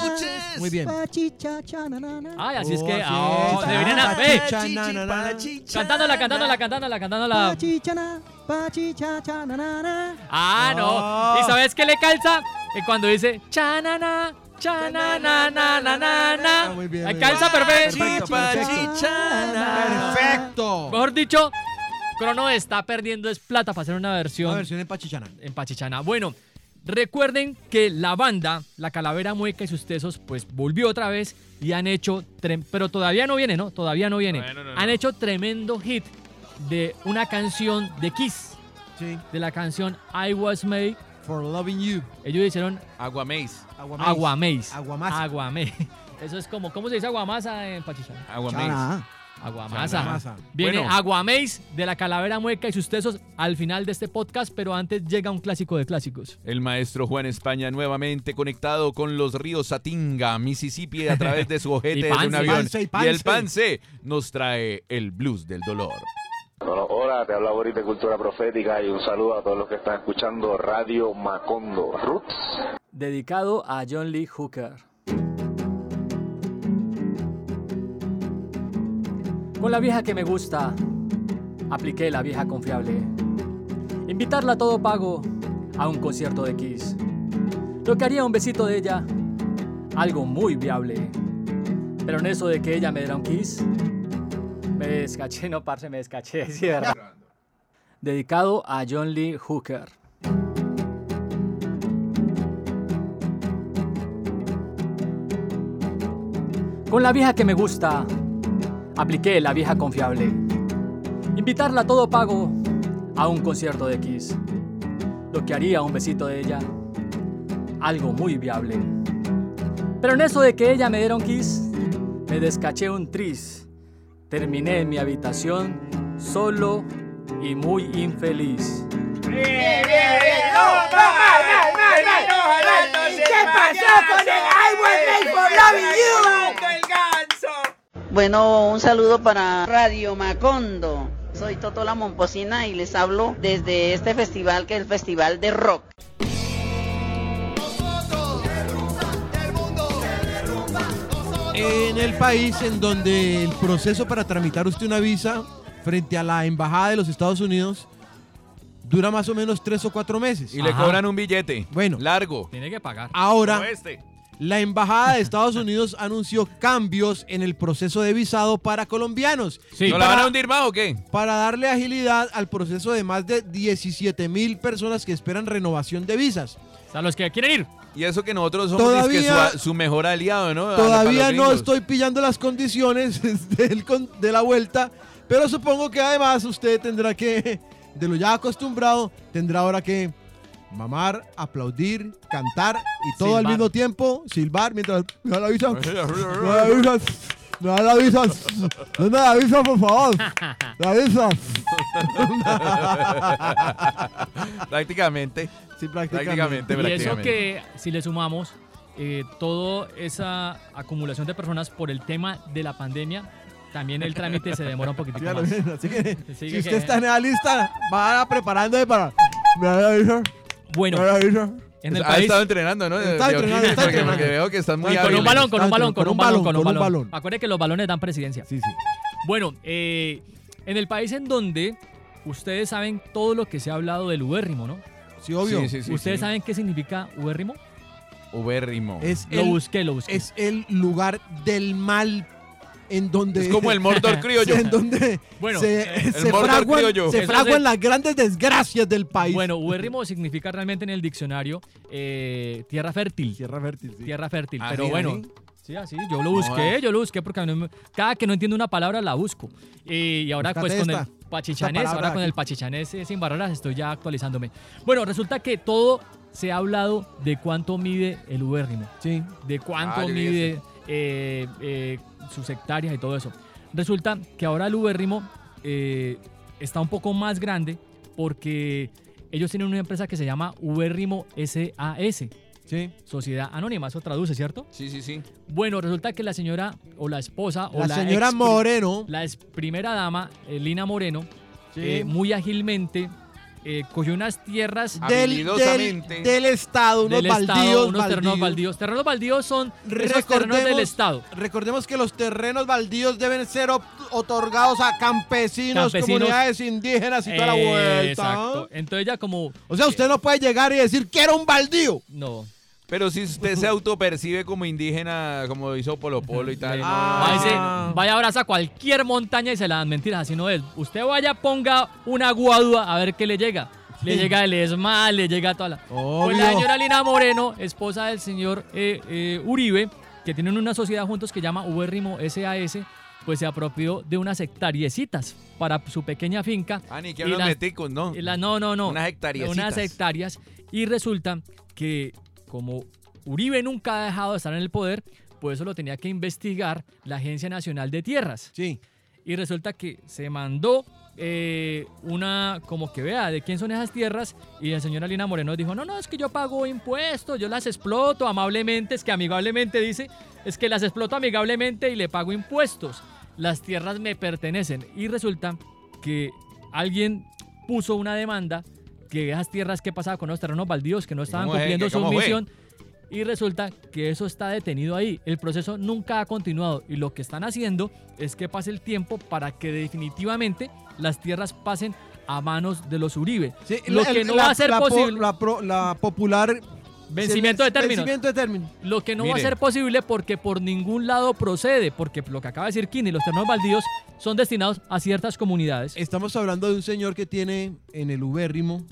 Speaker 2: Muy bien.
Speaker 3: Ay, así es
Speaker 2: Oh,
Speaker 3: que...
Speaker 2: así
Speaker 3: ah,
Speaker 2: es.
Speaker 3: deberían...
Speaker 2: Ah,
Speaker 3: ¡Ve!
Speaker 2: chicha, na, na, na.
Speaker 3: Cantándola, cantándola, cantándola, cantándola. Ah, no.
Speaker 2: Ah.
Speaker 3: ¿Y sabes qué le calza? Que cuando dice chanana, chanana, na, na, na, na,
Speaker 2: Ah, muy bien,
Speaker 3: le
Speaker 2: muy
Speaker 3: calza
Speaker 2: bien.
Speaker 3: perfecto.
Speaker 2: Perfecto, perfecto. Perfecto.
Speaker 3: Mejor dicho, Crono está perdiendo es plata para hacer una
Speaker 2: Una
Speaker 3: versión
Speaker 2: versión en Pachichana.
Speaker 3: en Pachichana. Bueno, recuerden que la banda, la Calavera Mueca y sus tesos, pues volvió otra vez y han hecho, trem- pero todavía no viene, ¿no? Todavía no viene.
Speaker 4: Bueno, no, no.
Speaker 3: Han hecho tremendo hit de una canción de Kiss,
Speaker 2: Sí.
Speaker 3: de la canción I Was Made.
Speaker 2: For loving you.
Speaker 3: Ellos hicieron
Speaker 4: Agua Mace.
Speaker 2: Aguamais.
Speaker 3: Aguameis.
Speaker 2: Aguamasa.
Speaker 3: Aguame- Eso es como, ¿cómo se dice aguamasa en Pachichana?
Speaker 4: Agua Mace.
Speaker 5: Chana.
Speaker 3: Aguamasa.
Speaker 2: Aguamasa.
Speaker 3: Viene
Speaker 4: Bueno.
Speaker 3: Aguameis de la Calavera Mueca y sus tesos al final de este podcast, pero antes llega un clásico de clásicos.
Speaker 4: El maestro Juan España nuevamente conectado con los ríos Satinga, Mississippi, a través de su
Speaker 3: Y
Speaker 4: ojete de un
Speaker 3: Pance,
Speaker 4: avión.
Speaker 2: Pance,
Speaker 4: Y el
Speaker 2: Pance.
Speaker 4: Pance nos trae el blues del dolor.
Speaker 10: Hola, te habla Boris de Cultura Profética y un saludo a todos los que están escuchando Radio Macondo Roots.
Speaker 11: Dedicado a John Lee Hooker. Con la vieja que me gusta, apliqué la vieja confiable. Invitarla a todo pago a un concierto de Kiss. Lo que haría un besito de ella, algo muy viable. Pero en eso de que ella me diera un kiss, me descaché, no parce, me descaché, cierra. Dedicado a John Lee Hooker. Con la vieja que me gusta, apliqué la vieja confiable. Invitarla a todo pago a un concierto de Kiss. Lo que haría un besito de ella, algo muy viable. Pero en eso de que ella me diera un kiss, me descaché un tris. Terminé en mi habitación solo y muy infeliz.
Speaker 7: Bueno, un saludo para Radio Macondo. Soy Toto La Momposina y les hablo desde este festival que es el Festival de Rock.
Speaker 2: En el país en donde el proceso para tramitar usted una visa frente a la embajada de los Estados Unidos dura más o menos tres o cuatro meses.
Speaker 4: Y le
Speaker 3: Ajá.
Speaker 4: cobran un billete.
Speaker 2: Bueno.
Speaker 4: Largo.
Speaker 3: Tiene que pagar.
Speaker 2: Ahora,
Speaker 4: Como este.
Speaker 2: la embajada de Estados Unidos anunció cambios en el proceso de visado para colombianos.
Speaker 3: Sí.
Speaker 4: ¿No la van
Speaker 2: para-
Speaker 4: a hundir más o qué?
Speaker 2: para darle agilidad al proceso de más de 17 mil personas que esperan renovación de visas.
Speaker 3: sea, los que quieren ir.
Speaker 4: Y eso que nosotros somos
Speaker 2: Todavía-
Speaker 4: dizque, su, su mejor aliado, ¿no?
Speaker 2: Todavía
Speaker 4: Para los
Speaker 2: no
Speaker 4: gringos.
Speaker 2: estoy pillando las condiciones del con- de la vuelta, pero supongo que además usted tendrá que, de lo ya acostumbrado, tendrá ahora que mamar, aplaudir, cantar y todo al
Speaker 3: Silbar.
Speaker 2: mismo tiempo, silbar mientras no la avisan. No la avisan. No la avisan. No la avisan, por favor. La avisan.
Speaker 4: prácticamente.
Speaker 2: Sí,
Speaker 4: Prácticamente,
Speaker 3: Y eso
Speaker 4: prácticamente.
Speaker 3: que si le sumamos eh, toda esa acumulación de personas por el tema de la pandemia, también el trámite se demora un poquitico
Speaker 2: Claro,
Speaker 3: más.
Speaker 2: bien, así que, si
Speaker 3: Así que-
Speaker 2: usted está en la lista, va preparándose para. Me la avisan.
Speaker 3: Bueno,
Speaker 2: Me la avisan.
Speaker 3: en el
Speaker 4: Ha
Speaker 3: país-
Speaker 4: estado entrenando, ¿no?
Speaker 2: Está
Speaker 4: Dioquines,
Speaker 2: entrenando, está
Speaker 4: porque-
Speaker 2: entrenando.
Speaker 4: Porque veo que estás muy
Speaker 2: Está
Speaker 3: Con un
Speaker 4: hábil.
Speaker 3: balón, con un
Speaker 2: Está
Speaker 3: balón, con un balón, con un balón.
Speaker 2: balón.
Speaker 3: Acuérdense que los balones dan presidencia.
Speaker 2: Sí, sí.
Speaker 3: Bueno, eh, en el país en donde ustedes saben todo lo que se ha hablado del ubérrimo, ¿no?
Speaker 2: Sí, obvio.
Speaker 4: Sí, sí, sí,
Speaker 3: ¿Ustedes
Speaker 4: sí.
Speaker 3: saben qué significa ubérrimo?
Speaker 4: Ubérrimo. Es,
Speaker 2: Es
Speaker 3: Lo
Speaker 2: el,
Speaker 3: busqué, lo busqué.
Speaker 2: es el lugar del mal en donde.
Speaker 4: como el Mordor criollo.
Speaker 2: En donde
Speaker 3: Bueno,
Speaker 2: se,
Speaker 3: eh,
Speaker 2: se
Speaker 4: el Mordor
Speaker 2: fraguan,
Speaker 4: criollo.
Speaker 2: se
Speaker 3: Eso
Speaker 2: fraguan
Speaker 3: es-
Speaker 2: las grandes desgracias del país.
Speaker 3: Bueno, ubérrimo significa realmente en el diccionario eh, tierra fértil.
Speaker 2: tierra fértil. sí. ah.
Speaker 3: Tierra fértil.
Speaker 4: Ah,
Speaker 3: pero
Speaker 4: sí,
Speaker 3: bueno,
Speaker 4: sí.
Speaker 3: sí, así. Yo lo busqué, yo lo busqué porque a mí no me- cada que no entiendo una palabra la busco. Y, y ahora
Speaker 2: Búscate
Speaker 3: pues con
Speaker 2: esta,
Speaker 3: el pachichanés,
Speaker 2: esta palabra
Speaker 3: ahora con
Speaker 2: aquí.
Speaker 3: el pachichanés eh, sin barreras estoy ya actualizándome. Bueno, resulta que todo se ha hablado de cuánto mide el ubérrimo,
Speaker 2: Sí.
Speaker 3: de cuánto
Speaker 4: Ah, yo vi
Speaker 3: mide eh, eh, sus hectáreas y todo eso. Resulta que ahora el ubérrimo eh, está un poco más grande porque ellos tienen una empresa que se llama Ubérrimo SAS,
Speaker 2: Sí.
Speaker 3: Sociedad Anónima, eso traduce, ¿cierto?
Speaker 4: Sí, sí, sí.
Speaker 3: Bueno, resulta que la señora o la esposa o
Speaker 2: La
Speaker 3: la,
Speaker 2: señora
Speaker 3: ex-
Speaker 2: Moreno.
Speaker 3: la ex primera dama, eh, Lina Moreno,
Speaker 2: Sí.
Speaker 3: eh, muy ágilmente eh, cogió unas tierras
Speaker 2: Del, del,
Speaker 4: Habilidosamente.
Speaker 2: del Estado, Ah, unos
Speaker 3: del
Speaker 2: baldíos.
Speaker 3: Estado, unos terrenos
Speaker 2: baldíos.
Speaker 3: baldíos. Terrenos baldíos son esos terrenos del
Speaker 2: Recordemos-
Speaker 3: Estado.
Speaker 2: Recordemos que los terrenos baldíos deben ser op- otorgados a campesinos,
Speaker 3: Campesinos.
Speaker 2: comunidades indígenas y toda la
Speaker 3: Eh,
Speaker 2: vuelta.
Speaker 3: Exacto. Entonces ya como...
Speaker 2: O sea, usted no puede llegar y decir, quiero un baldío.
Speaker 3: No.
Speaker 4: Pero si usted se autopercibe como indígena, como hizo Polo Polo y tal.
Speaker 2: Ah.
Speaker 3: Va y dice, vaya abraza cualquier montaña y se la dan mentiras, así no es. Usted vaya, ponga una guadua a ver qué le llega. Le
Speaker 2: Sí.
Speaker 3: llega el esmal, le llega toda la... Pues la
Speaker 2: Obvio.
Speaker 3: señora Lina Moreno, esposa del señor eh, eh, Uribe, que tienen una sociedad juntos que llama Ubérrimo SAS, pues se apropió de unas hectariecitas para su pequeña finca.
Speaker 4: Ah, ni que
Speaker 3: Y
Speaker 4: hablan
Speaker 3: las-
Speaker 4: meticos, ¿no?
Speaker 3: Y la- no, no, no.
Speaker 4: Unas hectáreas.
Speaker 3: Unas hectáreas. Y resulta que como Uribe nunca ha dejado de estar en el poder, pues eso lo tenía que investigar la Agencia Nacional de Tierras.
Speaker 2: Sí.
Speaker 3: Y resulta que se mandó eh, una, como que vea, de quién son esas tierras. Y la señora Lina Moreno dijo, no, no, es que yo pago impuestos, yo las exploto amablemente, es que amigablemente dice, es que las exploto amigablemente y le pago impuestos. Las tierras me pertenecen. Y resulta que alguien puso una demanda que esas tierras que pasaba con los terrenos baldíos que no estaban
Speaker 4: cómo es?
Speaker 3: cumpliendo
Speaker 4: ¿Qué-
Speaker 3: su
Speaker 4: cómo fue?
Speaker 3: misión. Y resulta que eso está detenido ahí. El proceso nunca ha continuado. Y lo que están haciendo es que pase el tiempo para que definitivamente las tierras pasen a manos de los Uribe.
Speaker 2: Sí,
Speaker 3: lo
Speaker 2: el-
Speaker 3: que no
Speaker 2: la-
Speaker 3: va a ser
Speaker 2: la po-
Speaker 3: posible.
Speaker 2: La, pro- la popular.
Speaker 3: Vencimiento de términos.
Speaker 2: Vencimiento de términos.
Speaker 3: Lo que no va a
Speaker 4: Mire.
Speaker 3: ser posible porque por ningún lado procede. Porque lo que acaba de decir Kini, los terrenos baldíos son destinados a ciertas comunidades.
Speaker 2: Estamos hablando de un señor que tiene en el Ubérrimo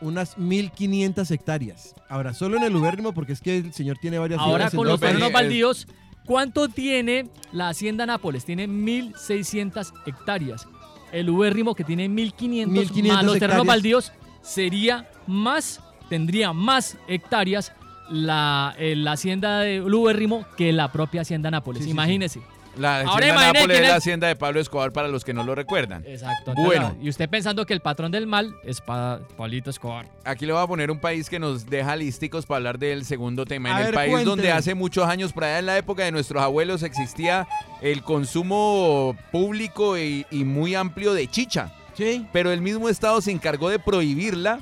Speaker 2: unas 1.500 hectáreas. Ahora, solo en el Ubérrimo, porque es que el señor tiene varias
Speaker 3: Ahora
Speaker 2: ciudades en
Speaker 3: con los
Speaker 4: pero
Speaker 2: Ubérrimo.
Speaker 3: terrenos
Speaker 4: es-
Speaker 3: baldíos, ¿cuánto tiene la hacienda Nápoles? Tiene 1.600 hectáreas. El ubérrimo que tiene 1.500
Speaker 2: 1.500
Speaker 3: más los terrenos
Speaker 2: hectáreas.
Speaker 3: baldíos sería más, tendría más hectáreas la, eh, la hacienda del ubérrimo que la propia hacienda Nápoles.
Speaker 2: Sí, sí, sí.
Speaker 3: Imagínese.
Speaker 4: La
Speaker 3: Ahora
Speaker 4: hacienda
Speaker 3: imaginen
Speaker 4: Nápoles
Speaker 3: quién
Speaker 4: es
Speaker 3: es-
Speaker 4: la hacienda de Pablo Escobar para los que no lo
Speaker 2: Eh.
Speaker 4: recuerdan.
Speaker 3: Exacto.
Speaker 4: Bueno.
Speaker 3: Entonces, Y usted pensando que el patrón del mal es pa- Pablito Escobar.
Speaker 4: Aquí le voy a poner un país que nos deja listicos para hablar del segundo tema. En
Speaker 2: A
Speaker 4: el
Speaker 2: ver,
Speaker 4: país donde
Speaker 2: cuénteme.
Speaker 4: hace muchos años, para allá en la época de nuestros abuelos, existía el consumo público y, y muy amplio de chicha.
Speaker 2: Sí.
Speaker 4: Pero el mismo Estado se encargó de prohibirla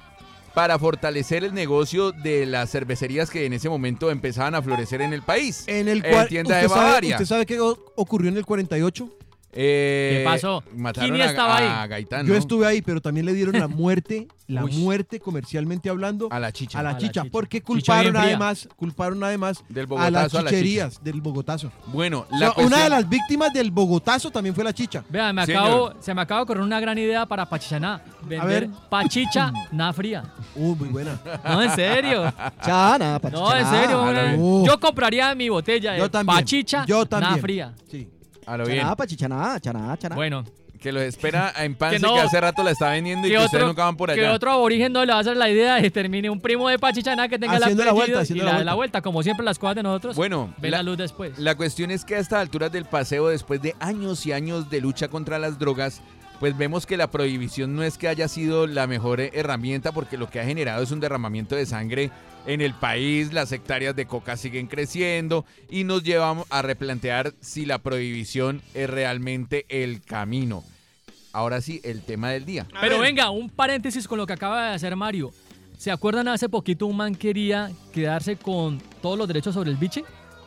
Speaker 4: para fortalecer el negocio de las cervecerías que en ese momento empezaban a florecer en el país.
Speaker 2: En el
Speaker 4: En
Speaker 2: cual.
Speaker 4: tienda de
Speaker 2: usted sabe-
Speaker 4: Bavaria.
Speaker 2: ¿Usted sabe qué o- ocurrió en el 48?
Speaker 4: Eh,
Speaker 3: ¿Qué pasó?
Speaker 4: Mataron
Speaker 3: ¿Quién
Speaker 4: a-
Speaker 3: estaba ahí?
Speaker 4: a Gaitán,
Speaker 2: Yo
Speaker 4: Ah, ¿no?
Speaker 2: estuve ahí, pero también le dieron la muerte, la muerte comercialmente hablando.
Speaker 4: A la chicha.
Speaker 2: A la
Speaker 4: A la
Speaker 2: chicha,
Speaker 4: chicha.
Speaker 2: porque
Speaker 4: Chicha
Speaker 2: culparon
Speaker 4: bien fría.
Speaker 2: además, culparon además
Speaker 4: Del
Speaker 2: a
Speaker 4: Bogotazo
Speaker 2: las
Speaker 4: a la chicha.
Speaker 2: chicherías del Bogotazo.
Speaker 4: Bueno,
Speaker 2: O
Speaker 4: la
Speaker 2: sea, una de
Speaker 4: cuestión-
Speaker 2: las víctimas del Bogotazo también fue la chicha.
Speaker 3: Vea, me
Speaker 2: Señor.
Speaker 3: acabo, se me acaba de ocurrir una gran idea para Pachichaná. Vender
Speaker 2: ver.
Speaker 3: pachicha na fría.
Speaker 2: Uh, muy buena.
Speaker 3: No, en serio.
Speaker 2: Ah.
Speaker 5: Chana,
Speaker 3: No, en
Speaker 5: pachichaná.
Speaker 3: serio.
Speaker 5: A la
Speaker 3: una-
Speaker 5: bien.
Speaker 3: Yo compraría mi botella de
Speaker 4: Eh,
Speaker 5: Yo también,
Speaker 3: pachicha
Speaker 5: yo
Speaker 3: na
Speaker 5: también.
Speaker 3: fría.
Speaker 4: A lo bien.
Speaker 5: Chaná, pachichaná, chaná, chaná.
Speaker 3: Bueno.
Speaker 4: Que los espera en Pansy,
Speaker 3: no-
Speaker 4: que hace rato la está vendiendo y
Speaker 3: ¿Qué
Speaker 4: que ustedes
Speaker 3: otro-
Speaker 4: nunca van por
Speaker 3: Que
Speaker 4: allá.
Speaker 3: otro aborigen no le va a hacer la idea de termine un primo de Pachichaná que tenga
Speaker 4: Haciendo la
Speaker 3: apellido
Speaker 4: vuelta,
Speaker 3: y
Speaker 4: haciendo
Speaker 3: la,
Speaker 4: la
Speaker 3: de la vuelta. Como siempre las cosas de nosotros.
Speaker 4: Bueno,
Speaker 3: Ven la, luz después.
Speaker 4: La cuestión es que a estas alturas del paseo, después de años y años de lucha contra las drogas, pues vemos que la prohibición no es que haya sido la mejor eh, herramienta, porque lo que ha generado es un derramamiento de sangre en el país, las hectáreas de coca siguen creciendo y nos llevamos a replantear si la prohibición es realmente el camino. Ahora sí, el tema del día.
Speaker 3: Pero venga, un paréntesis con lo que acaba de hacer Mario. ¿Se acuerdan hace poquito un man quería quedarse con todos los derechos sobre el biche?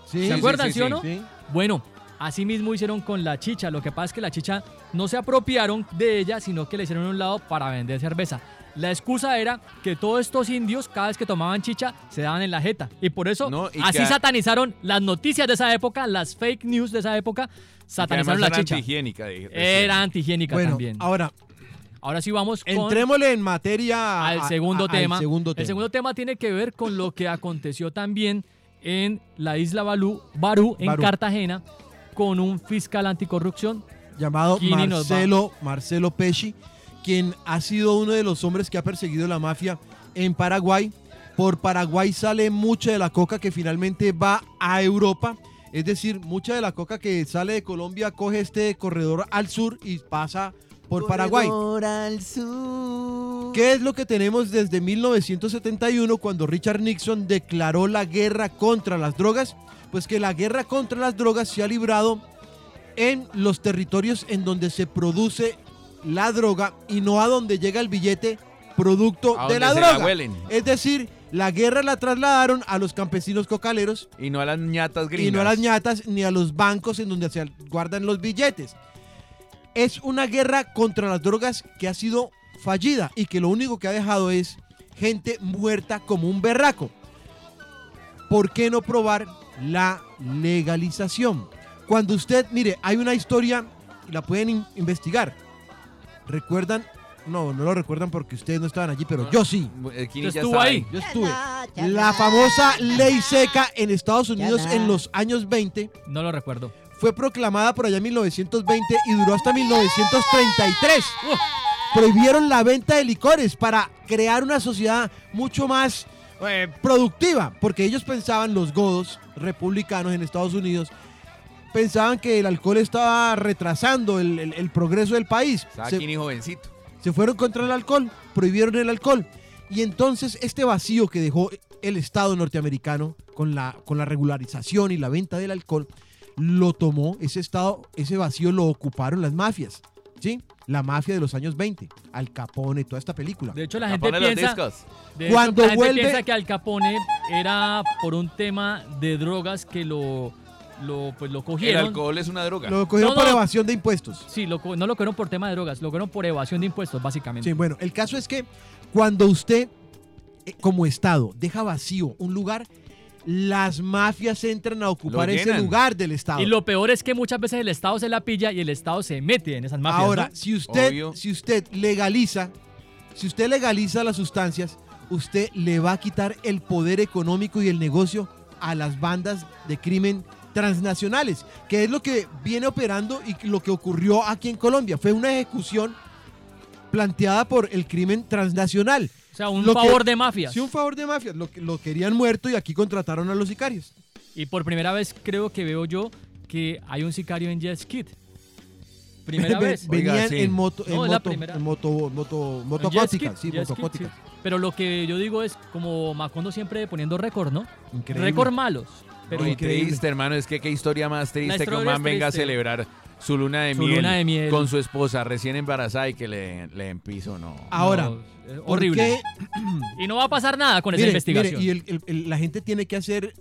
Speaker 2: Sí.
Speaker 3: ¿Se
Speaker 2: Sí,
Speaker 3: acuerdan,
Speaker 2: sí,
Speaker 3: sí,
Speaker 2: sí,
Speaker 3: o
Speaker 2: sí.
Speaker 3: no?
Speaker 2: Sí.
Speaker 3: Bueno, así mismo hicieron con la chicha. Lo que pasa es que la chicha no se apropiaron de ella, sino que la hicieron a un lado para vender cerveza. La excusa era que todos estos indios, cada vez que tomaban chicha, se daban en la jeta. Y por eso,
Speaker 4: y
Speaker 3: así
Speaker 4: que-
Speaker 3: satanizaron las noticias de esa época, las fake news de esa época, satanizaron la
Speaker 4: era
Speaker 3: chicha.
Speaker 4: antihigiénica. dije recién.
Speaker 3: Era antihigiénica
Speaker 2: Bueno,
Speaker 3: también.
Speaker 2: ahora.
Speaker 3: Ahora sí vamos con-
Speaker 2: Entrémosle en materia
Speaker 3: al
Speaker 2: a-
Speaker 3: segundo
Speaker 2: a- al
Speaker 3: tema.
Speaker 2: segundo
Speaker 3: El
Speaker 2: tema.
Speaker 3: segundo tema tiene que ver con lo que aconteció también en la isla Balú, Barú, en
Speaker 2: Barú.
Speaker 3: Cartagena, con un fiscal anticorrupción.
Speaker 2: llamado
Speaker 3: Kini nos va-
Speaker 2: Marcelo, Marcelo Pesci, quien ha sido uno de los hombres que ha perseguido la mafia en Paraguay. Por Paraguay sale mucha de la coca que finalmente va a Europa. Es decir, mucha de la coca que sale de Colombia coge este corredor al sur y pasa por Paraguay.
Speaker 5: Corredor al sur.
Speaker 2: ¿Qué es lo que tenemos desde 1971 cuando Richard Nixon declaró la guerra contra las drogas? Pues que la guerra contra las drogas se ha librado en los territorios en donde se produce la droga y no a donde llega el billete producto
Speaker 4: A
Speaker 2: de
Speaker 4: donde
Speaker 2: la
Speaker 4: se la
Speaker 2: droga.
Speaker 4: huelen.
Speaker 2: es decir, la guerra la trasladaron a los campesinos cocaleros
Speaker 4: Y no a las ñatas gringas.
Speaker 2: y no a las ñatas ni a los bancos en donde se guardan los billetes. Es una guerra contra las drogas que ha sido fallida y que lo único que ha dejado es gente muerta como un berraco. ¿Por qué no probar la legalización? Cuando usted, mire, hay una historia y la pueden in- investigar. ¿Recuerdan? No, no lo recuerdan porque ustedes no estaban allí, pero yo sí.
Speaker 4: Eh, Kini
Speaker 2: Yo
Speaker 4: ya
Speaker 2: estuve
Speaker 4: estaba
Speaker 2: ahí. Yo estuve. La famosa ley seca en Estados Unidos en los años 20
Speaker 3: No lo recuerdo.
Speaker 2: fue proclamada por allá en 1920 y duró hasta 1933. Prohibieron la venta de licores para crear una sociedad mucho más eh, productiva, porque ellos pensaban, los godos republicanos en Estados Unidos, pensaban que el alcohol estaba retrasando el, el- el progreso del país.
Speaker 4: Estaba
Speaker 2: Se-
Speaker 4: Kini jovencito.
Speaker 2: se fueron contra el alcohol, prohibieron el alcohol. Y entonces este vacío que dejó el Estado norteamericano con la, con la regularización y la venta del alcohol, lo tomó ese Estado, ese vacío lo ocuparon las mafias, ¿sí? La mafia de los años 20, Al Capone, toda esta película.
Speaker 3: De hecho, la gente
Speaker 4: Capone los
Speaker 3: piensa.
Speaker 4: discos.
Speaker 3: de hecho,
Speaker 2: Cuando
Speaker 3: la gente
Speaker 2: vuelve-
Speaker 3: piensa que Al Capone era por un tema de drogas que lo, lo, pues, lo
Speaker 4: El
Speaker 3: cogieron.
Speaker 4: alcohol es una droga.
Speaker 2: Lo cogieron
Speaker 3: No,
Speaker 2: por
Speaker 3: no.
Speaker 2: evasión de impuestos.
Speaker 3: Sí, lo co- no lo cogieron por tema de drogas, lo cogieron por evasión de impuestos, básicamente.
Speaker 2: Sí, bueno, el caso es que cuando usted, eh, como Estado, deja vacío un lugar, las mafias entran a ocupar ese
Speaker 3: llenan.
Speaker 2: lugar del Estado.
Speaker 3: Y lo peor es que muchas veces el Estado se la pilla y el Estado se mete en esas mafias.
Speaker 2: Ahora,
Speaker 3: ¿no?
Speaker 2: si usted, si usted legaliza, si usted legaliza las sustancias, usted le va a quitar el poder económico y el negocio a las bandas de crimen transnacionales, que es lo que viene operando y lo que ocurrió aquí en Colombia. Fue una ejecución planteada por el crimen transnacional.
Speaker 3: O sea, un favor de mafias.
Speaker 2: Sí, un favor de mafias. Lo, lo querían muerto y aquí contrataron a los sicarios.
Speaker 3: Y por primera vez creo que veo yo que hay un sicario en Jet Skid. Primera
Speaker 2: Ve-
Speaker 3: vez.
Speaker 2: Venían en moto, en
Speaker 3: No, es la
Speaker 2: moto,
Speaker 3: primera.
Speaker 2: en moto, moto,
Speaker 3: En jet ski,
Speaker 2: motocóticas, sí,
Speaker 3: jet ski,
Speaker 2: motocóticas.
Speaker 3: sí. Pero lo que yo digo es como Macondo siempre poniendo récord, ¿no?
Speaker 2: Increíble.
Speaker 3: Récord malos. Pero
Speaker 4: Pero triste, hermano, es que qué historia más triste que
Speaker 3: historia
Speaker 4: un
Speaker 3: es
Speaker 4: man venga a
Speaker 3: triste.
Speaker 4: celebrar su luna de,
Speaker 3: Su
Speaker 4: miel
Speaker 3: luna de miel.
Speaker 4: con su esposa recién embarazada y que le, le den piso, no.
Speaker 2: Ahora,
Speaker 3: No, eh,
Speaker 2: ¿por
Speaker 3: horrible.
Speaker 2: qué?
Speaker 3: Y no va a pasar nada con esa
Speaker 2: Mire,
Speaker 3: investigación.
Speaker 2: mire, y el- el- el- la gente tiene que hacer,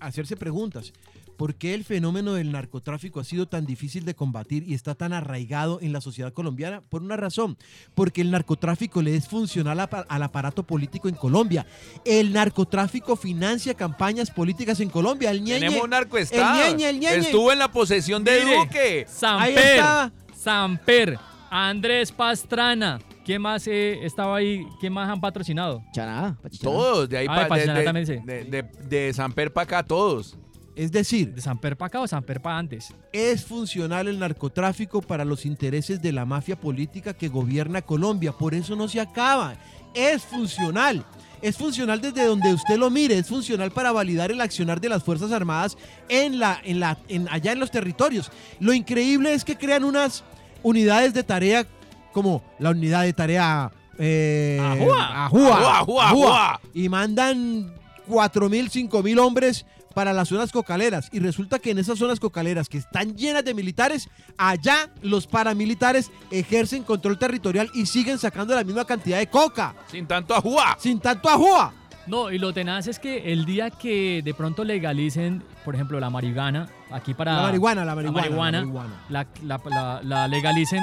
Speaker 2: hacerse preguntas. ¿Por qué el fenómeno del narcotráfico ha sido tan difícil de combatir y está tan arraigado en la sociedad colombiana? Por una razón, porque el narcotráfico le es funcional apa- al aparato político en Colombia. El narcotráfico financia campañas políticas en Colombia. El ñeñe,
Speaker 4: Tenemos un
Speaker 2: El
Speaker 4: narcoestado.
Speaker 2: ñeñe, el ñeñe.
Speaker 4: Estuvo en la posesión de
Speaker 3: Mire,
Speaker 4: Duque.
Speaker 2: Ahí
Speaker 3: Samper,
Speaker 2: está.
Speaker 3: Samper, Andrés Pastrana. ¿Quién más eh, estaba ahí? ¿Quién más han patrocinado?
Speaker 5: Chará,
Speaker 4: Todos, de ahí
Speaker 3: Ah,
Speaker 4: pa-
Speaker 3: de
Speaker 4: de,
Speaker 3: Pastrana
Speaker 4: de-
Speaker 3: también dice.
Speaker 4: de- de- de Samper para acá, todos.
Speaker 2: Es decir,
Speaker 3: ¿De Samper para acá o Samper para antes?
Speaker 2: es funcional el narcotráfico para los intereses de la mafia política que gobierna Colombia. Por eso no se acaba. Es funcional. Es funcional desde donde usted lo mire. Es funcional para validar el accionar de las Fuerzas Armadas en la, en la, en- allá en los territorios. Lo increíble es que crean unas unidades de tarea como la unidad de tarea... eh,
Speaker 3: Ajúa.
Speaker 2: Ajúa.
Speaker 4: Ajúa, ajúa, ajúa.
Speaker 2: Y mandan 4.000, 5.000 hombres para las zonas cocaleras. Y resulta que en esas zonas cocaleras que están llenas de militares, allá los paramilitares ejercen control territorial y siguen sacando la misma cantidad de coca,
Speaker 4: Sin tanto ajúa.
Speaker 2: sin tanto ajúa.
Speaker 3: No, y lo tenaz es que el día que de pronto legalicen, por ejemplo, la marihuana, aquí para...
Speaker 2: La marihuana, la marihuana.
Speaker 3: marihuana.
Speaker 2: la marihuana.
Speaker 3: la, la- la- la legalicen,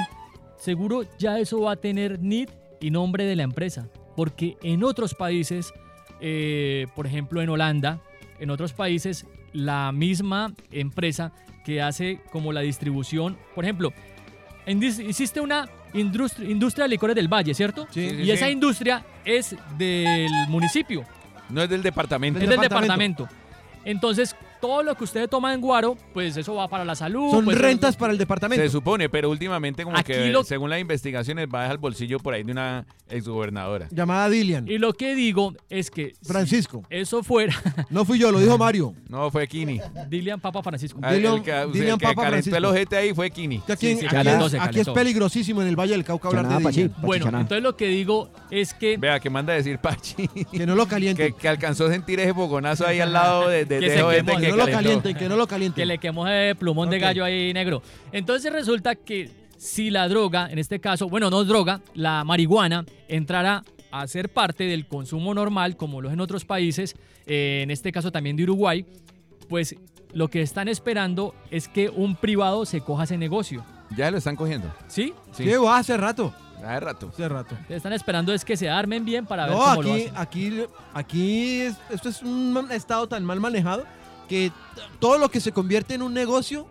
Speaker 3: seguro ya eso va a tener NID y nombre de la empresa. Porque en otros países, eh, por ejemplo en Holanda, en otros países la misma empresa que hace como la distribución, por ejemplo, en dis- existe una industria, industria de licores del Valle, ¿cierto?
Speaker 2: Sí.
Speaker 4: Sí, sí,
Speaker 3: y esa
Speaker 4: sí.
Speaker 3: industria es del municipio
Speaker 4: No es del departamento.
Speaker 3: es del departamento. Entonces, todo lo que ustedes toman en Guaro, pues eso va para la salud.
Speaker 2: Son
Speaker 3: pues,
Speaker 2: rentas
Speaker 3: eso-
Speaker 2: para el departamento.
Speaker 4: Se supone, pero últimamente como
Speaker 3: Aquí
Speaker 4: que
Speaker 3: lo-
Speaker 4: según las investigaciones va a dejar el bolsillo por ahí de una exgobernadora.
Speaker 2: Llamada Dilian.
Speaker 3: Y lo que digo es que si
Speaker 2: Francisco.
Speaker 3: eso fuera,
Speaker 2: No fui yo, lo dijo Mario.
Speaker 4: No, fue Kini.
Speaker 3: Dilian Papa Francisco.
Speaker 4: Ah,
Speaker 2: Dile a-
Speaker 4: el que, o sea,
Speaker 2: dile a
Speaker 4: el que
Speaker 2: Papa
Speaker 4: calentó el
Speaker 2: Francisco.
Speaker 4: ojete ahí fue Kini.
Speaker 2: Que Aquí,
Speaker 3: Sí, sí,
Speaker 2: aquí-
Speaker 3: calentó, se
Speaker 2: aquí es
Speaker 3: calentó.
Speaker 2: peligrosísimo en el Valle del Cauca hablar
Speaker 5: Chaná,
Speaker 2: de Dilian.
Speaker 5: Pachi.
Speaker 3: Bueno,
Speaker 5: Pachichaná.
Speaker 3: entonces lo que digo es que,
Speaker 4: Vea, que manda a decir Pachi.
Speaker 2: Que no lo
Speaker 4: Que,
Speaker 2: calienten.
Speaker 4: que alcanzó a sentir ese fogonazo ahí al lado de, de,
Speaker 3: Que
Speaker 4: de
Speaker 3: se
Speaker 4: ojete
Speaker 3: quemó,
Speaker 2: Que
Speaker 4: que
Speaker 2: no lo
Speaker 4: calentó.
Speaker 2: calienten, que no lo
Speaker 3: que
Speaker 2: calienten.
Speaker 3: le quemó el plumón de
Speaker 2: Ok.
Speaker 3: gallo ahí negro. Entonces resulta que si la droga, en este caso, bueno, no droga, la marihuana entrará a ser parte del consumo normal, como lo es en otros países, eh, en este caso también de Uruguay, pues lo que están esperando es que un privado se coja ese negocio.
Speaker 4: Ya lo están cogiendo.
Speaker 3: ¿Sí?
Speaker 4: Sí.
Speaker 2: Diego, Ah, hace rato.
Speaker 4: Hace rato.
Speaker 2: Hace rato.
Speaker 3: Lo que Están esperando es que se armen bien para ver
Speaker 2: no,
Speaker 3: cómo lo
Speaker 2: aquí,
Speaker 3: hacen.
Speaker 2: aquí, aquí es- esto es un estado tan mal manejado que t- todo lo que se convierte en un negocio,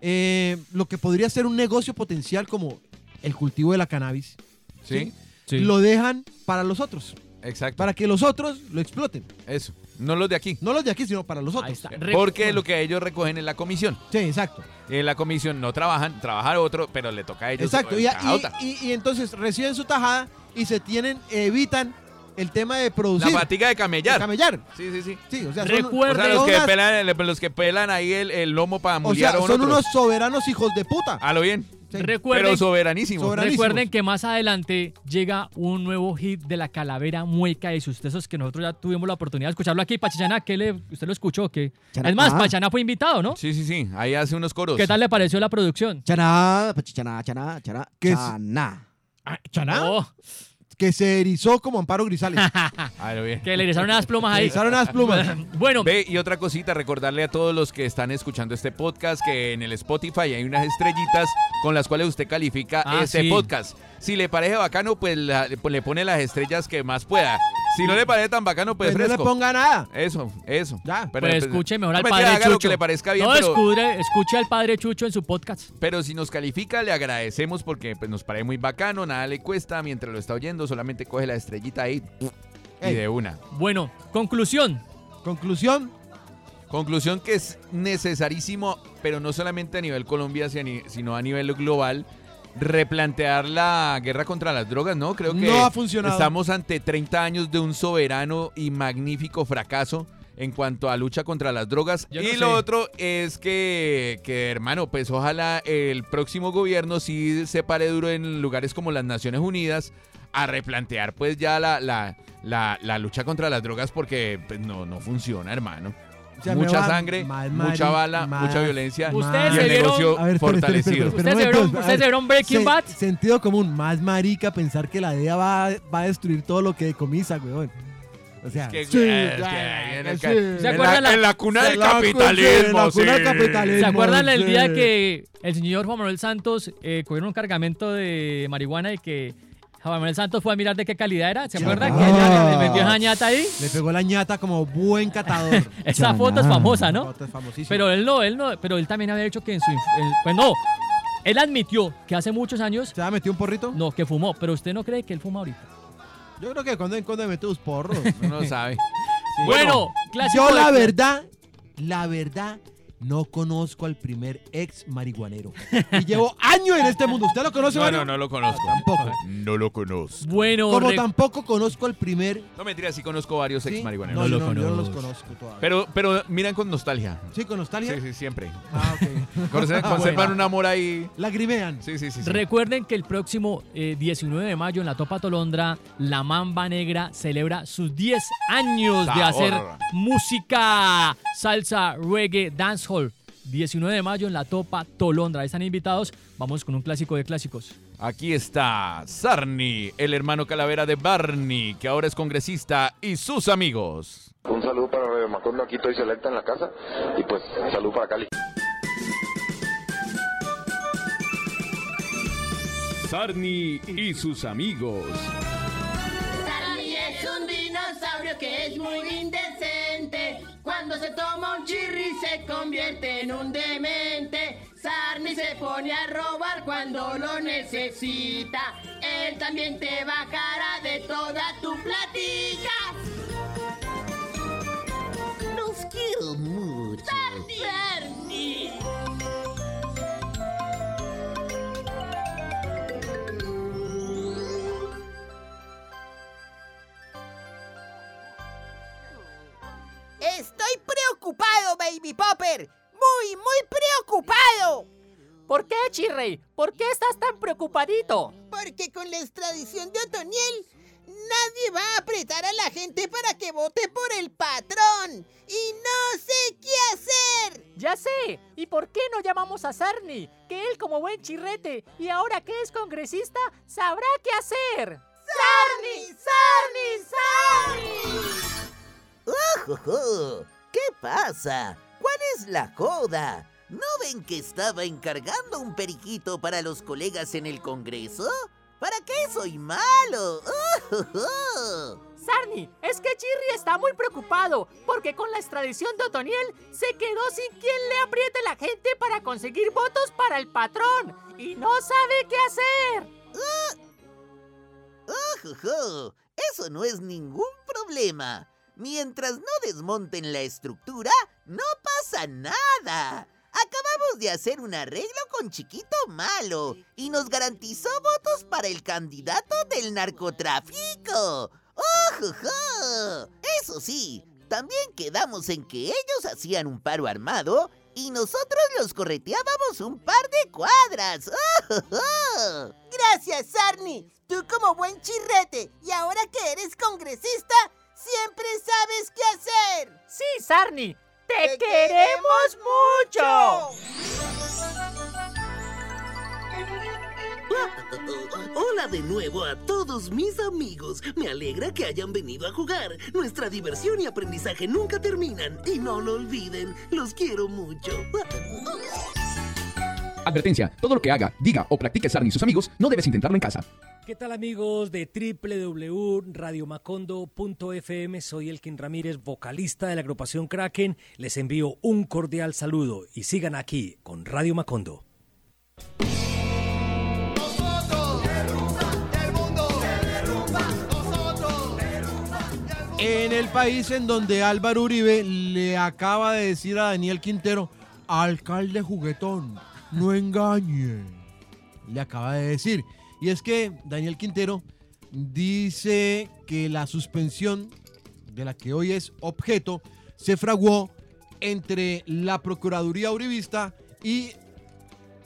Speaker 2: eh, lo que podría ser un negocio potencial como el cultivo de la cannabis,
Speaker 4: Sí,
Speaker 2: lo dejan para los otros,
Speaker 4: exacto.
Speaker 2: para que los otros lo exploten.
Speaker 4: Eso. No los de aquí.
Speaker 2: No los de aquí, sino para los otros.
Speaker 3: Ahí está.
Speaker 4: Porque lo que ellos recogen es la comisión.
Speaker 2: Sí, exacto.
Speaker 4: En la comisión no trabajan, trabaja otro, pero le toca a ellos.
Speaker 2: Exacto.
Speaker 4: eh,
Speaker 2: Y, y-
Speaker 4: cajota.
Speaker 2: y- y entonces reciben su tajada y se tienen, evitan el tema de producir.
Speaker 4: la fatiga de
Speaker 2: de
Speaker 4: camellar.
Speaker 2: camellar.
Speaker 4: Sí, sí, sí.
Speaker 2: Sí, o sea, son-
Speaker 4: O sea,
Speaker 3: Recuerden,
Speaker 4: los que,
Speaker 2: Unas-
Speaker 4: pelan, los que pelan ahí el, el lomo para
Speaker 2: o sea,
Speaker 4: muliar a un
Speaker 2: son
Speaker 4: otro.
Speaker 2: unos soberanos hijos de puta.
Speaker 4: A lo bien.
Speaker 2: Sí.
Speaker 3: recuerden,
Speaker 4: Pero soberanísimo.
Speaker 2: Sobera-
Speaker 3: recuerden que más adelante llega un nuevo hit de la calavera mueca de sus tesos que nosotros ya tuvimos la oportunidad de escucharlo aquí. Pachichana, ¿qué le, ¿usted lo escuchó? que
Speaker 5: Chana-
Speaker 3: Es más,
Speaker 5: ah.
Speaker 3: Pachichana fue invitado, ¿no?
Speaker 4: Sí, sí, sí. Ahí hace unos coros.
Speaker 3: ¿Qué tal le pareció la producción?
Speaker 5: Chaná, pachichaná, chaná, chaná,
Speaker 2: ¿Qué es?
Speaker 5: chaná.
Speaker 2: Ah, Chaná,
Speaker 3: Oh,
Speaker 2: que se erizó como Amparo Grisales.
Speaker 4: A lo bien.
Speaker 3: que le regresaron unas plumas
Speaker 2: Se
Speaker 3: ahí.
Speaker 2: erizaron las plumas.
Speaker 4: Pues
Speaker 3: Bueno,
Speaker 4: Ve, y otra cosita, recordarle a todos los que están escuchando este podcast que en el Spotify hay unas estrellitas con las cuales usted califica
Speaker 3: Ah,
Speaker 4: este
Speaker 3: sí.
Speaker 4: podcast. Si le parece bacano, pues la- le pone las estrellas que más pueda. Si no le parece tan bacano, pues
Speaker 2: Pues no le
Speaker 4: fresco.
Speaker 2: ponga nada.
Speaker 4: Eso, eso.
Speaker 2: Ya.
Speaker 4: Pero,
Speaker 3: pues escuche mejor al
Speaker 4: mentira,
Speaker 3: padre
Speaker 4: haga
Speaker 3: Chucho.
Speaker 4: lo que le parezca bien,
Speaker 3: no,
Speaker 4: pero,
Speaker 3: escuche, escuche al padre Chucho en su podcast.
Speaker 4: pero si nos califica, le agradecemos porque pues, nos parece muy bacano, nada le cuesta mientras lo está oyendo, solamente coge la estrellita ahí y
Speaker 2: Ey.
Speaker 4: de una.
Speaker 3: Bueno, conclusión.
Speaker 2: Conclusión,
Speaker 4: Conclusión que es necesarísimo, pero no solamente a nivel Colombia, si a ni- sino a nivel global, replantear la guerra contra las drogas, ¿no? Creo que
Speaker 2: no ha funcionado.
Speaker 4: estamos ante 30 años de un soberano y magnífico fracaso en cuanto a lucha contra las drogas.
Speaker 3: Yo
Speaker 4: y
Speaker 3: no sé.
Speaker 4: lo otro es que, que, hermano, pues ojalá el próximo gobierno sí se pare duro en lugares como las Naciones Unidas a replantear pues ya la, la, la, la lucha contra las drogas porque pues, no, no funciona, hermano.
Speaker 2: O sea, me
Speaker 4: mucha
Speaker 2: va-
Speaker 4: sangre,
Speaker 2: mal,
Speaker 4: mucha
Speaker 2: mal,
Speaker 4: bala,
Speaker 2: mal,
Speaker 4: mucha violencia
Speaker 3: Ustedes
Speaker 4: y
Speaker 3: se
Speaker 4: el
Speaker 3: vieron-
Speaker 4: negocio
Speaker 2: A ver, espera, espera, espera, espera,
Speaker 4: fortalecido.
Speaker 3: ¿Ustedes se vieron-
Speaker 2: espera,
Speaker 3: ustedes se vieron Breaking Bad?
Speaker 2: Sentido común, más marica pensar que la DEA va, va a destruir todo lo que decomisa, weón. O O sea,
Speaker 4: que-
Speaker 2: sí,
Speaker 4: es que
Speaker 2: claro,
Speaker 4: ahí en el
Speaker 2: sí.
Speaker 4: ca- en ¿Se acuerdan la- la- en la cuna del
Speaker 2: En la cu-
Speaker 4: capitalismo,
Speaker 2: en la cuna del
Speaker 4: sí.
Speaker 2: capitalismo,
Speaker 3: ¿Se acuerdan el
Speaker 2: sí.
Speaker 3: día que el señor Juan Manuel Santos eh, cogieron un cargamento de marihuana y que Juan Manuel Santos fue a mirar de qué calidad era? ¿Se acuerdan que ella le metió esa ñata ahí?
Speaker 2: Le pegó la ñata como buen catador.
Speaker 3: Esa foto es famosa, ¿no?
Speaker 2: Foto es famosísima.
Speaker 3: Pero él no, él no, pero él también había dicho que en su... inf- en- pues no, él admitió que hace muchos años...
Speaker 2: ¿Se ha metido un porrito?
Speaker 3: No, que fumó, pero usted no cree que él fuma ahorita.
Speaker 2: Yo creo que cuando en cuando me mete tus porros.
Speaker 4: Uno sabe.
Speaker 3: Bueno, clásico
Speaker 2: Yo la
Speaker 3: de-
Speaker 2: verdad, la verdad, no conozco al primer ex marihuanero. Y llevo años en este mundo. ¿Usted lo conoce,
Speaker 4: No,
Speaker 2: Mario?
Speaker 4: no, no lo conozco.
Speaker 2: Tampoco.
Speaker 4: No lo conozco.
Speaker 3: Bueno,
Speaker 2: Como
Speaker 3: re-
Speaker 2: tampoco conozco al primer...
Speaker 4: No mentira, sí conozco varios ex marihuaneros.
Speaker 2: No, no, yo no los conozco todavía.
Speaker 4: Pero, pero miran con nostalgia.
Speaker 2: ¿Sí, con nostalgia?
Speaker 4: Sí, sí, siempre.
Speaker 2: Ah, ok.
Speaker 4: Conservan,
Speaker 2: Ah, bueno.
Speaker 4: conservan un amor ahí.
Speaker 2: Lagrimean.
Speaker 4: Sí, sí, sí. sí.
Speaker 3: Recuerden que el próximo eh, 19 de mayo en la Topa Tolondra, la Mamba Negra celebra sus 10 años de
Speaker 4: Sabor.
Speaker 3: hacer música, salsa, reggae, dancehall. 19 de mayo en la Topa Tolondra. Ahí Están invitados. Vamos con un clásico de clásicos.
Speaker 4: Aquí está Sarni, el hermano calavera de Barney, que ahora es congresista, y sus amigos.
Speaker 10: Un saludo para Radio Macondo, aquí estoy selecta en la casa y pues salud para Cali.
Speaker 1: Sarni y sus amigos.
Speaker 12: Sarni es un dinosaurio que es muy indecente. Cuando se toma un chirri se convierte en un demente. Sarni se pone a robar cuando lo necesita. Él también te bajará de toda tu platica. Nos quiero mucho. Sarni.
Speaker 13: Estoy preocupado, Baby Popper. Muy, muy preocupado.
Speaker 14: ¿Por qué, Chirrey? ¿Por qué estás tan preocupadito?
Speaker 13: Porque con la extradición de Otoniel, nadie va a apretar a la gente para que vote por el patrón. Y no sé qué hacer.
Speaker 14: Ya sé. ¿Y por qué no llamamos a Sarni? Que él como buen chirrete y ahora que es congresista sabrá qué hacer.
Speaker 13: ¡Sarni! ¡Sarni! ¡Sarni!
Speaker 15: ¡Ojojo! ¿Qué pasa? ¿Cuál es la joda? ¿No ven que estaba encargando un periquito para los colegas en el Congreso? ¿Para qué soy malo? ¡Ojojo!
Speaker 14: Sarni, es que Chirri está muy preocupado porque con la extradición de Otoniel se quedó sin quien le apriete la gente para conseguir votos para el patrón y no sabe qué hacer.
Speaker 15: Uh, ¡Ojojo! Eso no es ningún problema. Mientras no desmonten la estructura, no pasa nada. Acabamos de hacer un arreglo con Chiquito Malo y nos garantizó votos para el candidato del narcotráfico. ¡Ojojo! Eso sí, también quedamos en que ellos hacían un paro armado y nosotros los correteábamos un par de cuadras. ¡Oh, ¡Ojojo!
Speaker 13: Gracias, Sarni. Tú como buen chirrete y ahora que eres congresista, siempre sabes qué hacer.
Speaker 14: Sí, Sarni, te, queremos mucho.
Speaker 16: Hola de nuevo a todos mis amigos. Me alegra que hayan venido a jugar. Nuestra diversión y aprendizaje nunca terminan. Y no lo olviden, los quiero mucho.
Speaker 17: Advertencia, todo lo que haga, diga o practique Sarni y sus amigos no debes intentarlo en casa.
Speaker 18: ¿Qué tal amigos de www.radiomacondo.fm? Soy Elkin Ramírez, vocalista de la agrupación Kraken. Les envío un cordial saludo y sigan aquí con Radio Macondo.
Speaker 2: En el país en donde Álvaro Uribe le acaba de decir a Daniel Quintero, alcalde juguetón, no engañe. Le acaba de decir. Y es que Daniel Quintero dice que la suspensión de la que hoy es objeto se fraguó entre la Procuraduría Uribista y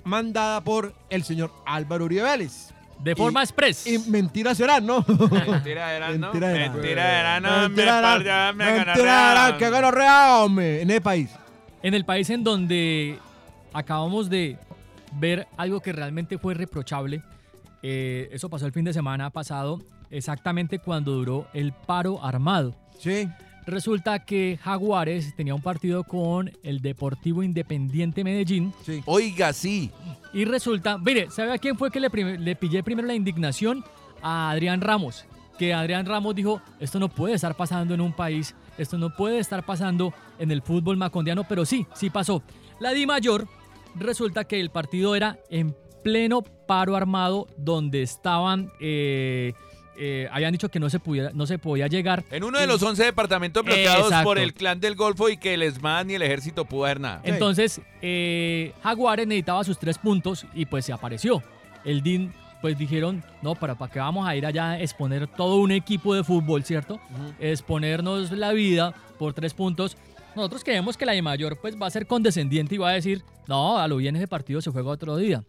Speaker 2: mandada por el señor Álvaro Uribe Vélez.
Speaker 3: De forma express.
Speaker 2: Y mentira será, ¿no?
Speaker 4: Mentira era, no.
Speaker 2: Mentira era.
Speaker 4: Mentira era, no.
Speaker 2: Mentira era,
Speaker 4: Mentira
Speaker 2: mentira era, que gonorrea, hombre, en el país.
Speaker 3: En el país en donde acabamos de ver algo que realmente fue reprochable, eh, eso pasó el fin de semana pasado exactamente cuando duró el paro armado.
Speaker 2: Sí.
Speaker 3: Resulta que Jaguares tenía un partido con el Deportivo Independiente Medellín.
Speaker 4: Oiga, sí.
Speaker 3: Y resulta, mire, ¿sabe a quién fue que le, prim- le pillé primero la indignación? A Adrián Ramos. Que Adrián Ramos dijo, esto no puede estar pasando en un país, esto no puede estar pasando en el fútbol macondiano, pero sí, sí pasó. La Di Mayor, resulta que el partido era en pleno paro armado donde estaban, eh, eh, habían dicho que no se, pudiera, no se podía llegar.
Speaker 4: En uno de los 11 departamentos bloqueados
Speaker 3: Exacto.
Speaker 4: por el clan del Golfo y que el ESMAD ni el ejército pudo hacer nada.
Speaker 3: Entonces, eh, Jaguares necesitaba sus tres puntos y pues se apareció. El DIN, pues dijeron, no, ¿para, para qué vamos a ir allá a exponer todo un equipo de fútbol, ¿cierto? Exponernos la vida por tres puntos. Nosotros creemos que la de mayor pues va a ser condescendiente y va a decir, no, a lo bien ese partido se juega otro día.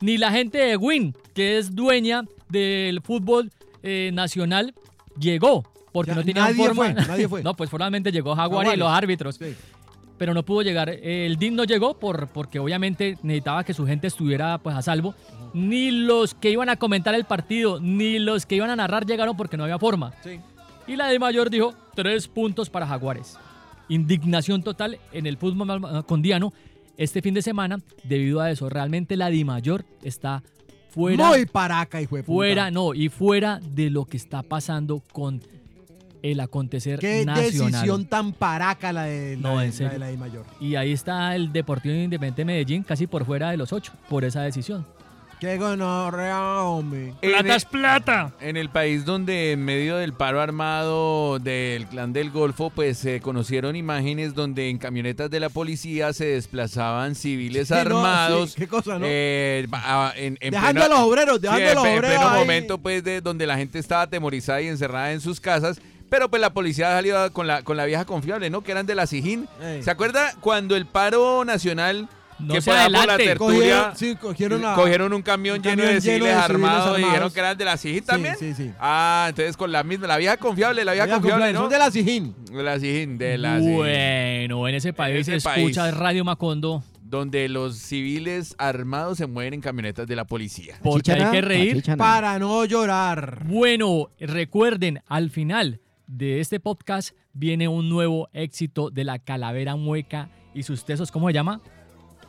Speaker 3: Ni la gente de Win, que es dueña del fútbol eh, nacional, llegó. Porque no tenía
Speaker 2: nadie
Speaker 3: forma.
Speaker 2: fue, nadie fue.
Speaker 3: no, pues formalmente llegó Jaguares y
Speaker 2: Jaguares.
Speaker 3: los árbitros pero no pudo llegar. El DIN no llegó por, porque obviamente necesitaba que su gente estuviera pues, a salvo. Ni los que iban a comentar el partido, ni los que iban a narrar llegaron porque no había forma. Y la de mayor dijo, tres puntos para Jaguares. Indignación total en el fútbol macondiano este fin de semana debido a eso. Realmente la Di Mayor está fuera
Speaker 2: Muy paraca, hijo de puta.
Speaker 3: fuera, no, y fuera de lo que está pasando con el acontecer
Speaker 2: Qué
Speaker 3: nacional.
Speaker 2: decisión tan paraca la de la,
Speaker 3: No,
Speaker 2: de-
Speaker 3: en
Speaker 2: la
Speaker 3: serio.
Speaker 2: de la Di Mayor.
Speaker 3: Y ahí está el Deportivo Independiente de Medellín casi por fuera de los ocho por esa decisión.
Speaker 2: Qué gonorrea, hombre.
Speaker 4: plata. e- En el país donde en medio del paro armado del clan del Golfo, pues se conocieron imágenes donde en camionetas de la policía se desplazaban civiles
Speaker 2: Sí, no,
Speaker 4: armados.
Speaker 2: sí, qué cosa, ¿no?
Speaker 4: eh, a- a- en- en
Speaker 2: Dejando
Speaker 4: pleno-
Speaker 2: a los obreros,
Speaker 4: Sí,
Speaker 2: dejando a
Speaker 4: en
Speaker 2: los
Speaker 4: pe- en
Speaker 2: obreros
Speaker 4: pleno
Speaker 2: ahí.
Speaker 4: momento, pues, de donde la gente estaba atemorizada y encerrada en sus casas. Pero pues la policía salió con la, con la vieja confiable, ¿no? Que eran de la Sijín.
Speaker 2: Ey.
Speaker 4: ¿Se acuerda cuando el paro nacional
Speaker 3: No
Speaker 4: que
Speaker 3: se
Speaker 4: por allá por la
Speaker 3: adelante.
Speaker 4: tertulia
Speaker 2: Cogieron- sí, cogieron a-
Speaker 4: un camión
Speaker 2: un camión
Speaker 4: lleno de
Speaker 2: lleno de
Speaker 4: civiles
Speaker 2: civiles
Speaker 4: armados y
Speaker 2: armados.
Speaker 4: dijeron que eran de la Sijín también?
Speaker 2: Sí, sí.
Speaker 4: Ah, entonces con la misma, la vieja confiable, la vieja
Speaker 2: Vieja
Speaker 4: confiable,
Speaker 2: confiable,
Speaker 4: ¿no?
Speaker 2: son de la Sijín.
Speaker 4: De la Sijín, de la Sijín.
Speaker 3: Bueno, en ese país
Speaker 4: ese
Speaker 3: se escucha
Speaker 4: país.
Speaker 3: Radio Macondo
Speaker 4: Donde los civiles armados se mueven en camionetas de la policía.
Speaker 3: porque hay que reír.
Speaker 2: Para no llorar.
Speaker 3: Bueno, recuerden, al final de este podcast viene un nuevo éxito de la Calavera Mueca y sus tesos, ¿cómo se llama?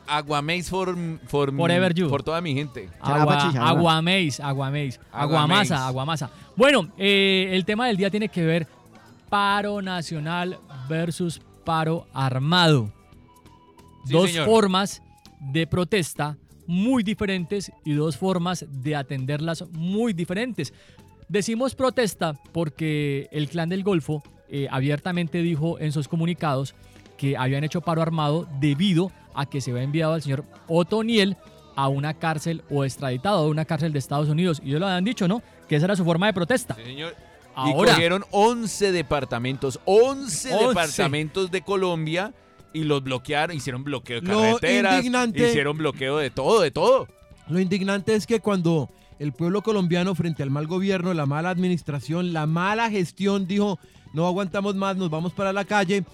Speaker 4: Aguameis for, for,
Speaker 3: Forever you.
Speaker 4: por toda mi gente.
Speaker 3: Agua, aguameis, aguameis,
Speaker 4: Aguameis.
Speaker 3: aguamasa, aguamasa. Bueno, eh, el tema del día tiene que ver paro nacional versus paro armado.
Speaker 4: Sí,
Speaker 3: dos
Speaker 4: señor.
Speaker 3: formas de protesta muy diferentes y dos formas de atenderlas muy diferentes. Decimos protesta porque el clan del Golfo eh, abiertamente dijo en sus comunicados que habían hecho paro armado debido a que se había enviado al señor Otoniel a una cárcel o extraditado a una cárcel de Estados Unidos. Y ellos lo habían dicho, ¿no? Que esa era su forma de protesta.
Speaker 4: Y
Speaker 3: Ahora.
Speaker 4: cogieron 11 departamentos, 11,
Speaker 3: 11.
Speaker 4: departamentos de Colombia y los bloquearon, hicieron bloqueo de
Speaker 2: Lo
Speaker 4: carreteras,
Speaker 2: indignante-
Speaker 4: hicieron bloqueo de todo, de todo.
Speaker 2: Lo indignante es que cuando el pueblo colombiano frente al mal gobierno, la mala administración, la mala gestión dijo, no aguantamos más, nos vamos para la calle,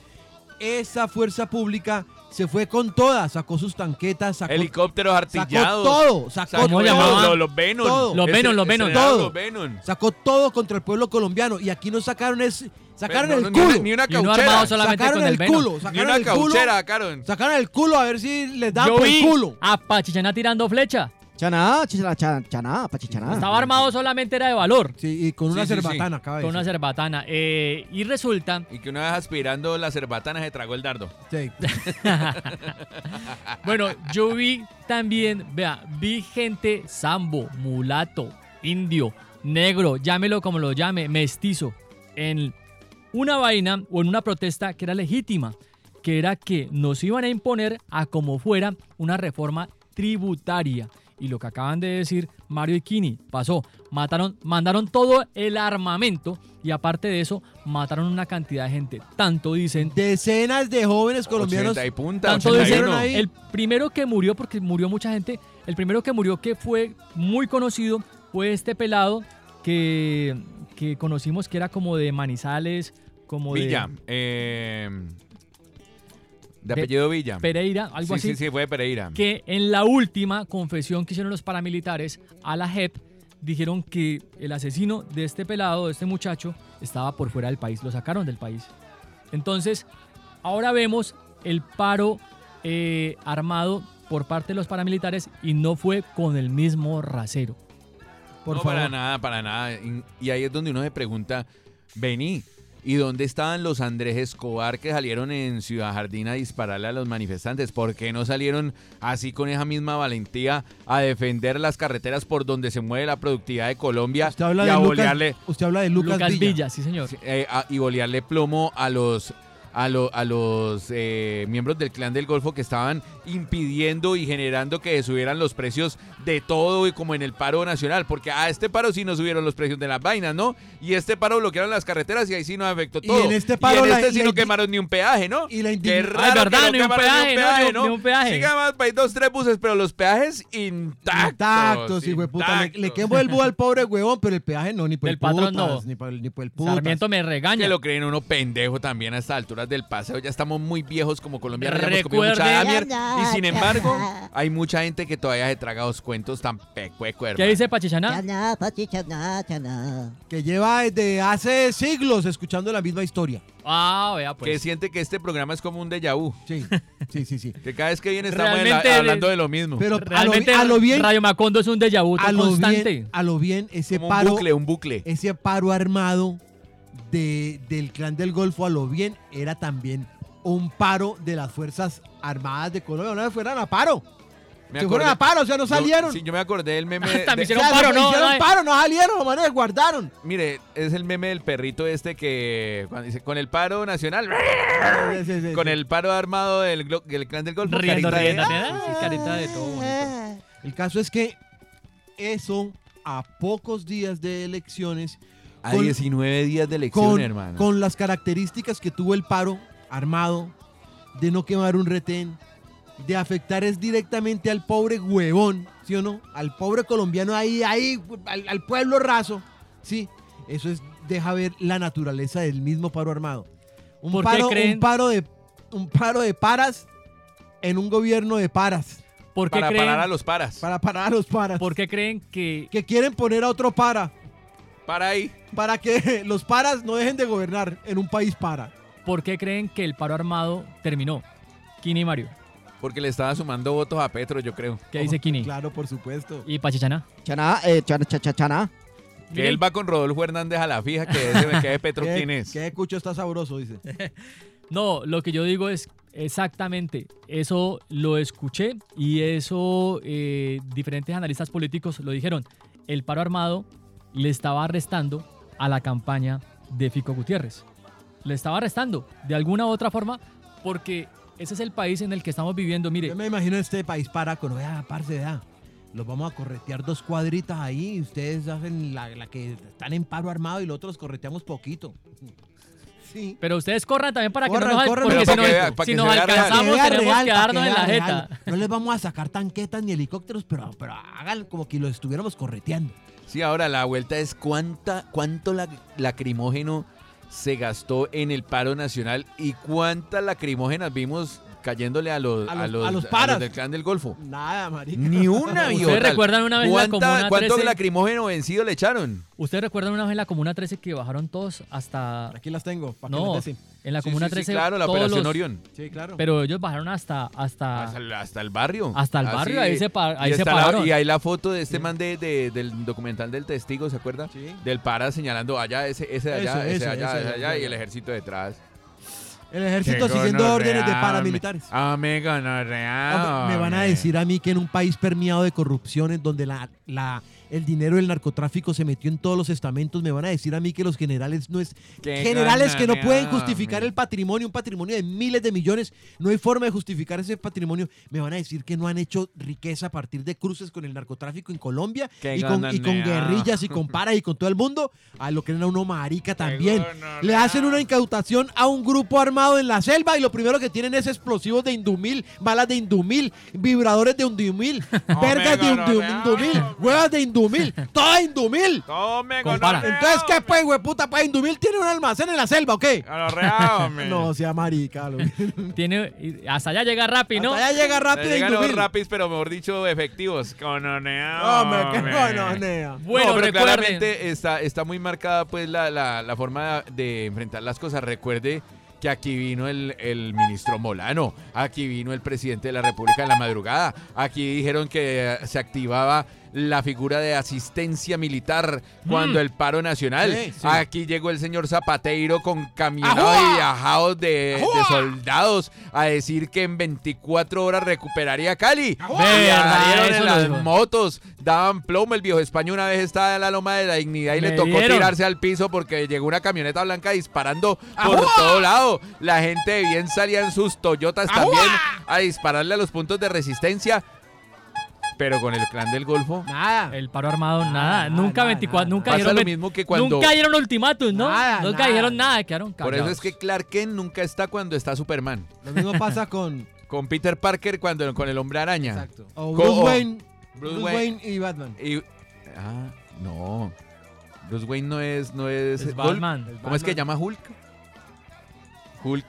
Speaker 2: esa fuerza pública se fue con toda, sacó sus tanquetas, sacó
Speaker 4: Helicópteros artillados.
Speaker 2: todo, sacó todo.
Speaker 4: Los, los, los Venom.
Speaker 2: Todo. Los
Speaker 4: Ese-
Speaker 2: Venom, los
Speaker 4: ese
Speaker 2: Venom.
Speaker 4: era
Speaker 2: Todo.
Speaker 4: Los Venom.
Speaker 2: Sacó todo contra el pueblo colombiano y aquí no sacaron es sacaron
Speaker 4: Pero Pues no,
Speaker 2: el
Speaker 4: ni
Speaker 2: culo,
Speaker 4: una- ni una Y no cauchera. armado solamente
Speaker 2: sacaron
Speaker 4: con el
Speaker 2: el
Speaker 4: Venom.
Speaker 2: culo,
Speaker 4: Ni
Speaker 2: sacaron
Speaker 4: una
Speaker 2: el culo,
Speaker 4: cauchera sacaron.
Speaker 2: sacaron el culo a ver si les dan
Speaker 3: Yo
Speaker 2: por
Speaker 3: vi Ah.
Speaker 2: el culo.
Speaker 3: a Pachichana tirando flecha.
Speaker 5: Chaná, chichana, chaná, chaná,
Speaker 2: Ah.
Speaker 5: pachichaná.
Speaker 3: Estaba armado solamente era de valor.
Speaker 2: Sí, y con
Speaker 5: una Sí, sí, sí. cerbatana,
Speaker 2: Ah,
Speaker 5: acaba de
Speaker 3: Con
Speaker 5: decir.
Speaker 3: una cerbatana. Eh, y resulta
Speaker 4: Y que una vez aspirando la cerbatana se tragó el dardo.
Speaker 3: Bueno, yo vi también, vea, vi gente sambo, mulato, indio, negro, llámelo como lo llame, mestizo, en una vaina o en una protesta que era legítima, que era que nos iban a imponer a como fuera una reforma tributaria. Y lo que acaban de decir Mario Iquini pasó. Mataron, mandaron todo el armamento y aparte de eso, mataron una cantidad de gente. Tanto dicen.
Speaker 2: Decenas de jóvenes colombianos.
Speaker 4: 80 y punta,
Speaker 3: tanto
Speaker 4: 81.
Speaker 3: dicen. El primero que murió, porque murió mucha gente, el primero que murió que fue muy conocido fue este pelado que, que conocimos que era como de Manizales, como
Speaker 4: Villa.
Speaker 3: de.
Speaker 4: eh, de apellido Villa.
Speaker 3: Pereira,
Speaker 4: Sí,
Speaker 3: algo así.
Speaker 4: Sí, sí, fue de Pereira.
Speaker 3: que en la última confesión que hicieron los paramilitares a la JEP dijeron que el asesino de este pelado, de este muchacho, estaba por fuera del país, lo sacaron del país. Entonces, ahora vemos el paro eh, armado por parte de los paramilitares y no fue con el mismo rasero. Por
Speaker 4: no,
Speaker 3: favor.
Speaker 4: para nada, para nada. Y- Y ahí es donde uno se pregunta, vení, ¿y dónde estaban los Andrés Escobar que salieron en Ciudad Jardín a dispararle a los manifestantes? ¿Por qué no salieron así con esa misma valentía a defender las carreteras por donde se mueve la productividad de Colombia
Speaker 2: Usted habla
Speaker 4: y
Speaker 2: de
Speaker 4: a
Speaker 2: Lucas-
Speaker 4: bolearle,
Speaker 2: usted habla de Lucas,
Speaker 4: Lucas
Speaker 2: Villa.
Speaker 3: Ya, sí, señor.
Speaker 4: eh, a- y bolearle plomo a los... A, lo- a los eh, miembros del clan del Golfo que estaban impidiendo y generando que subieran los precios de todo y como en el paro nacional, porque a este paro sí no subieron los precios de las vainas, ¿no? Y este paro bloquearon las carreteras y ahí sí no afectó
Speaker 2: Y
Speaker 4: todo.
Speaker 2: en este paro
Speaker 4: y en
Speaker 2: la-
Speaker 4: este sí
Speaker 2: la
Speaker 4: no
Speaker 2: indign-
Speaker 4: quemaron ni un peaje, ¿no?
Speaker 2: Y la
Speaker 4: Qué
Speaker 2: indignación.
Speaker 4: raro que
Speaker 3: verdad,
Speaker 4: no
Speaker 3: ni un
Speaker 4: quemaron
Speaker 3: peaje, no, ni un- ni un peaje.
Speaker 4: Sí, que además, para ir pues, dos, tres buses, pero los peajes intactos.
Speaker 2: Tactos, hijo de puta. Le, le quemo el búho al pobre huevón, pero el peaje no, ni por
Speaker 4: Del
Speaker 2: el putas,
Speaker 4: patrón no.
Speaker 2: ni por, el- ni por el putas.
Speaker 4: Sarmiento
Speaker 3: me regaña.
Speaker 4: Que lo creen uno pendejo también a estas alturas del paseo. Ya estamos muy viejos como colombianos. ya hemos comido
Speaker 3: Recuerde-
Speaker 4: mucha mierda. Y sin embargo, hay mucha gente que todavía se traga dos cuentos tan pecuecos.
Speaker 3: ¿Qué dice Pachichaná?
Speaker 5: Chaná, pachi, chaná, chaná.
Speaker 2: Que lleva desde hace siglos escuchando la misma historia.
Speaker 3: Ah, vea,
Speaker 4: Que
Speaker 3: pues.
Speaker 4: siente que este programa es como un déjà vu.
Speaker 2: Sí, sí, sí, sí.
Speaker 4: Que cada vez que viene estamos en la-
Speaker 3: Realmente-
Speaker 4: hablando de lo mismo.
Speaker 2: Pero
Speaker 3: Realmente
Speaker 2: a lo bien-
Speaker 3: Radio Macondo es un déjà vu
Speaker 2: a lo
Speaker 3: constante.
Speaker 2: bien, a lo bien ese
Speaker 4: Como un
Speaker 2: paro, Eh,
Speaker 4: bucle, un bucle.
Speaker 2: ese paro armado de, del clan del Golfo a lo bien era también un paro de las fuerzas armadas de Colombia, no fueran a paro.
Speaker 4: Me
Speaker 2: se fueron a paro, o sea, no
Speaker 4: yo-
Speaker 2: salieron.
Speaker 4: sí, yo me acordé del meme.
Speaker 2: O sea,
Speaker 4: de-
Speaker 2: no hicieron paro, no salieron, los manes guardaron.
Speaker 4: Mire, es el meme del perrito este que cuando dice con el paro nacional, con el paro armado del, glo- del clan del Golfo,
Speaker 3: Riendo,
Speaker 4: carita de-
Speaker 3: riendo, riendo. Sí, carita de todo bonito.
Speaker 2: El caso es que eso a pocos días de elecciones
Speaker 4: A
Speaker 2: con-
Speaker 4: 19 días de elección,
Speaker 2: con,
Speaker 4: hermano.
Speaker 2: con las características que tuvo el paro armado, de no quemar un retén, de afectar es directamente al pobre huevón, ¿sí o no? Al pobre colombiano ahí, ahí, al, al pueblo raso, ¿sí? Eso es, deja ver la naturaleza del mismo paro armado. Un,
Speaker 3: ¿Por qué
Speaker 2: paro,
Speaker 3: creen?
Speaker 2: un paro de un paro de paras en un gobierno de paras.
Speaker 3: ¿Por qué
Speaker 4: Para
Speaker 3: creen-
Speaker 4: parar a los paras.
Speaker 2: Para parar a los paras.
Speaker 3: ¿Por qué creen que...
Speaker 2: Que quieren poner a otro para,
Speaker 4: Para ahí.
Speaker 2: para que los paras no dejen de gobernar en un país para.
Speaker 3: ¿Por qué creen que el paro armado terminó? Kini y Mario.
Speaker 4: Porque le estaba sumando votos a Petro, yo creo.
Speaker 3: ¿Qué dice Kini?
Speaker 2: Claro, por supuesto.
Speaker 3: ¿Y Pachichaná?
Speaker 5: Chaná, eh, chana, cha, cha, chaná.
Speaker 4: Que él va con Rodolfo Hernández a la fija, que se me quede Petro
Speaker 2: ¿Qué-
Speaker 4: quién es.
Speaker 2: ¿Qué escucho está sabroso? Dice.
Speaker 3: No, lo que yo digo es exactamente, eso lo escuché y eso eh, diferentes analistas políticos lo dijeron. El paro armado le estaba arrestando a la campaña de Fico Gutiérrez. Le estaba arrestando de alguna u otra forma porque ese es el país en el que estamos viviendo. Mire,
Speaker 2: Yo me imagino este país para con, vea, parce, vea, los vamos a corretear dos cuadritas ahí, y ustedes hacen la, la que están en paro armado y los otros correteamos poquito. Sí.
Speaker 3: pero ustedes corran también para que
Speaker 2: Corran,
Speaker 3: no nos,
Speaker 2: corran,
Speaker 3: porque
Speaker 2: pero
Speaker 3: si
Speaker 2: para
Speaker 3: nos,
Speaker 2: que vea,
Speaker 4: para
Speaker 3: si
Speaker 4: que
Speaker 3: nos
Speaker 4: se vea real.
Speaker 3: alcanzamos
Speaker 2: Que sea
Speaker 3: tenemos
Speaker 2: real,
Speaker 3: que
Speaker 2: para
Speaker 3: darnos en
Speaker 2: sea
Speaker 3: la
Speaker 2: real.
Speaker 3: jeta.
Speaker 2: No les vamos a sacar tanquetas ni helicópteros, pero, pero hagan como que los estuviéramos correteando.
Speaker 4: Sí, ahora la vuelta es cuánta, cuánto la- lacrimógeno se gastó en el paro nacional y cuántas lacrimógenas vimos cayéndole a los,
Speaker 2: A los- a los
Speaker 4: a
Speaker 2: paras.
Speaker 4: del clan del Golfo.
Speaker 2: Nada, marica.
Speaker 4: Ni una
Speaker 3: ¿Ustedes
Speaker 4: viejo, tal.
Speaker 3: recuerdan una vez la
Speaker 4: ¿Cuánta-
Speaker 3: Comuna
Speaker 4: ¿Cuánto
Speaker 3: 13?
Speaker 4: lacrimógeno vencido le echaron?
Speaker 3: ¿Ustedes recuerdan una vez en la Comuna 13 que bajaron todos hasta...
Speaker 2: Aquí las tengo, para
Speaker 3: No,
Speaker 2: que les dé, sí.
Speaker 3: en la
Speaker 4: Sí,
Speaker 3: Comuna
Speaker 4: sí, sí,
Speaker 3: 13...
Speaker 4: claro, la
Speaker 3: todos
Speaker 4: Operación
Speaker 3: los-
Speaker 4: Orión.
Speaker 2: Sí, claro.
Speaker 3: Pero ellos bajaron hasta... hasta,
Speaker 4: Hasta, el- hasta el barrio.
Speaker 3: Ah. Hasta el barrio, ahí se pa- ahí
Speaker 4: y
Speaker 3: se
Speaker 4: está la-
Speaker 3: pararon.
Speaker 4: y ahí la foto de este man de, de- del documental del testigo, ¿se acuerda? Del para señalando allá, ese, ese de allá,
Speaker 2: Eso,
Speaker 4: ese,
Speaker 2: eso,
Speaker 4: de allá,
Speaker 2: eso,
Speaker 4: ese de allá,
Speaker 2: eso.
Speaker 4: y el ejército detrás.
Speaker 2: El ejército
Speaker 4: Qué
Speaker 2: siguiendo
Speaker 4: gonorrea,
Speaker 2: órdenes de
Speaker 4: hombre.
Speaker 2: paramilitares.
Speaker 4: Hombre, gonorrea,
Speaker 2: Hombre, Me van a
Speaker 4: hombre.
Speaker 2: decir a mí que en un país permeado de corrupciones, donde la, la- el dinero del narcotráfico se metió en todos los estamentos, me van a decir a mí que los generales no es.
Speaker 4: Qué
Speaker 2: generales que no pueden
Speaker 4: gonorrea,
Speaker 2: justificar
Speaker 4: hombre.
Speaker 2: el patrimonio, un patrimonio de miles de millones, no hay forma de justificar ese patrimonio. Me van a decir que no han hecho riqueza a partir de cruces con el narcotráfico en Colombia
Speaker 4: Qué
Speaker 2: y con, y con
Speaker 4: gonorrea.
Speaker 2: guerrillas y con paras y con todo el mundo. A lo que era uno marica también.
Speaker 4: gonorrea.
Speaker 2: Le hacen una incautación a un grupo armado en la selva y lo primero que tienen es explosivos de indumil, balas de indumil, vibradores de indumil, vergas de
Speaker 4: gonorrea,
Speaker 2: indumil, huevas de Indumil, toda Indumil.
Speaker 4: Tome,
Speaker 2: Compara.
Speaker 4: gonorrea,
Speaker 2: Entonces, ¿qué pues, hueputa? Para Indumil tiene un almacén en la selva, ¿o qué?
Speaker 4: Gonorrea, hombre.
Speaker 2: no, sea marica. lo-
Speaker 3: Tiene, y hasta allá llega Rappi, ¿no?
Speaker 2: Hasta allá llega Rappi
Speaker 4: Le
Speaker 2: de
Speaker 4: llegan los
Speaker 2: Indumil.
Speaker 4: rapis, pero mejor dicho, efectivos. Cononea.
Speaker 2: Hombre, qué
Speaker 4: hombre.
Speaker 2: cononea.
Speaker 3: Bueno,
Speaker 4: No, pero
Speaker 3: recuerden.
Speaker 4: claramente está, está muy marcada pues la, la- la forma de enfrentar las cosas. Recuerde que aquí vino el, el ministro Molano, aquí vino el presidente de la República en la madrugada, aquí dijeron que eh, se activaba la figura de asistencia militar cuando
Speaker 19: Mm.
Speaker 4: el paro nacional.
Speaker 19: Sí, sí.
Speaker 4: Aquí llegó el señor Zapateiro con camionados y ajados de, de soldados a decir que en 24 horas recuperaría Cali. Y
Speaker 3: Verdad,
Speaker 4: salieron
Speaker 3: eso
Speaker 4: en
Speaker 3: lo
Speaker 4: las
Speaker 3: dijo.
Speaker 4: motos, daban plomo. El viejo España una vez estaba en la loma de la dignidad y
Speaker 3: Me
Speaker 4: le tocó
Speaker 3: dieron.
Speaker 4: tirarse al piso porque llegó una camioneta blanca disparando por todo lado. La gente de bien salía en sus Toyotas también a dispararle a los puntos de resistencia. Pero con el clan del Golfo
Speaker 3: Ah,
Speaker 2: Nada.
Speaker 3: El paro armado, nada. nunca 24, nunca
Speaker 4: Pasa
Speaker 3: dieron
Speaker 4: lo
Speaker 3: ve-
Speaker 4: mismo que cuando-
Speaker 3: Nunca dieron ultimátum, ¿no?
Speaker 2: Nada,
Speaker 3: nunca
Speaker 2: nada.
Speaker 3: dijeron nada, quedaron callados.
Speaker 4: Por eso es que Clark Kent nunca está cuando está Superman.
Speaker 2: Lo mismo pasa con
Speaker 4: Con Peter Parker cuando con el hombre araña. Exacto.
Speaker 2: o Bruce Wayne.
Speaker 4: Bruce
Speaker 2: Bruce,
Speaker 4: Wayne.
Speaker 2: Wayne y Batman.
Speaker 4: Y- ah, no. Bruce Wayne no es. No es,
Speaker 3: Es
Speaker 4: Hulk.
Speaker 3: Batman.
Speaker 4: ¿Cómo
Speaker 3: Es
Speaker 4: es que llama Hulk? Hulk.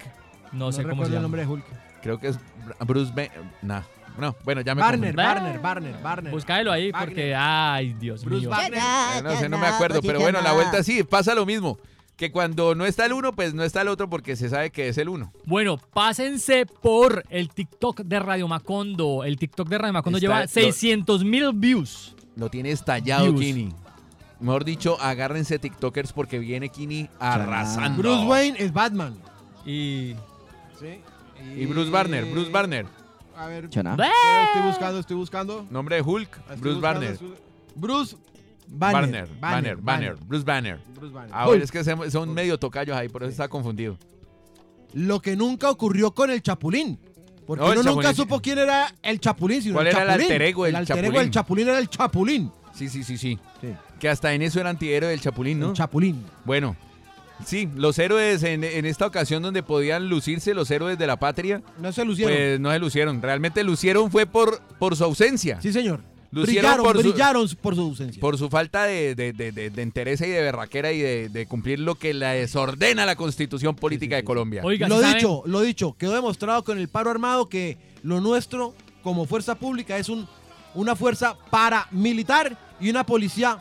Speaker 3: No sé
Speaker 2: recuerdo
Speaker 3: cómo se
Speaker 2: el
Speaker 3: llama.
Speaker 2: nombre de Hulk.
Speaker 4: Creo que es Br- Bruce Wayne. Nah. No, bueno, ya me
Speaker 2: Barner,
Speaker 4: confundí.
Speaker 2: Barner, Barner, Barner.
Speaker 3: Búscalo ahí porque, ay, Dios
Speaker 2: Bruce
Speaker 3: mío.
Speaker 2: Banner.
Speaker 5: Ah,
Speaker 4: Eh, No sé, no me acuerdo,
Speaker 5: pues,
Speaker 4: pero bueno, la vuelta sí, pasa lo mismo. Que cuando no está el uno, pues no está el otro porque se sabe que es el uno.
Speaker 3: Bueno, pásense por el TikTok de Radio Macondo. El TikTok de Radio Macondo
Speaker 4: Está-
Speaker 3: lleva
Speaker 4: lo-
Speaker 3: 600 mil views.
Speaker 4: Lo tiene estallado
Speaker 3: Views.
Speaker 4: Kini. Mejor dicho, agárrense TikTokers porque viene Kini arrasando.
Speaker 2: Bruce Wayne es Batman.
Speaker 3: Y.
Speaker 2: Sí.
Speaker 4: Y Bruce Barner, Bruce Barner.
Speaker 2: A ver.
Speaker 4: Chana.
Speaker 2: Estoy buscando, estoy buscando.
Speaker 4: Nombre de Hulk,
Speaker 2: Estoy
Speaker 4: Bruce
Speaker 2: buscando
Speaker 4: Barner.
Speaker 2: su- Bruce
Speaker 4: Banner,
Speaker 2: Banner.
Speaker 4: Banner, Banner, Bruce Banner.
Speaker 2: Bruce Banner.
Speaker 4: Ahora
Speaker 2: Hulk.
Speaker 4: es que se- son medio tocayos ahí, por eso está confundido.
Speaker 2: Lo que nunca ocurrió con el Chapulín. Porque
Speaker 4: No, el
Speaker 2: uno nunca
Speaker 4: Chapulín.
Speaker 2: supo quién era el Chapulín, sino
Speaker 4: ¿Cuál
Speaker 2: el
Speaker 4: era el
Speaker 2: Chapulín.
Speaker 4: alter ego del
Speaker 2: El alter ego
Speaker 4: Chapulín?
Speaker 2: del Chapulín era el Chapulín.
Speaker 4: Sí, sí, sí, sí. Que hasta en eso era antihéroe del Chapulín, ¿no?
Speaker 2: El Chapulín.
Speaker 4: Bueno, sí, los héroes en, en esta ocasión donde podían lucirse los héroes de la patria,
Speaker 2: No se lucieron.
Speaker 4: pues no se lucieron. Realmente lucieron fue por, por su ausencia.
Speaker 2: sí, señor.
Speaker 4: Lucieron
Speaker 2: brillaron,
Speaker 4: por su-
Speaker 2: brillaron por su ausencia.
Speaker 4: Por su falta de, de, de- de- de entereza y de berraquera y de, de cumplir lo que la desordena la constitución política de Colombia.
Speaker 2: lo dicho, lo dicho, quedó demostrado con el paro armado que lo nuestro como fuerza pública es un, una fuerza paramilitar y una policía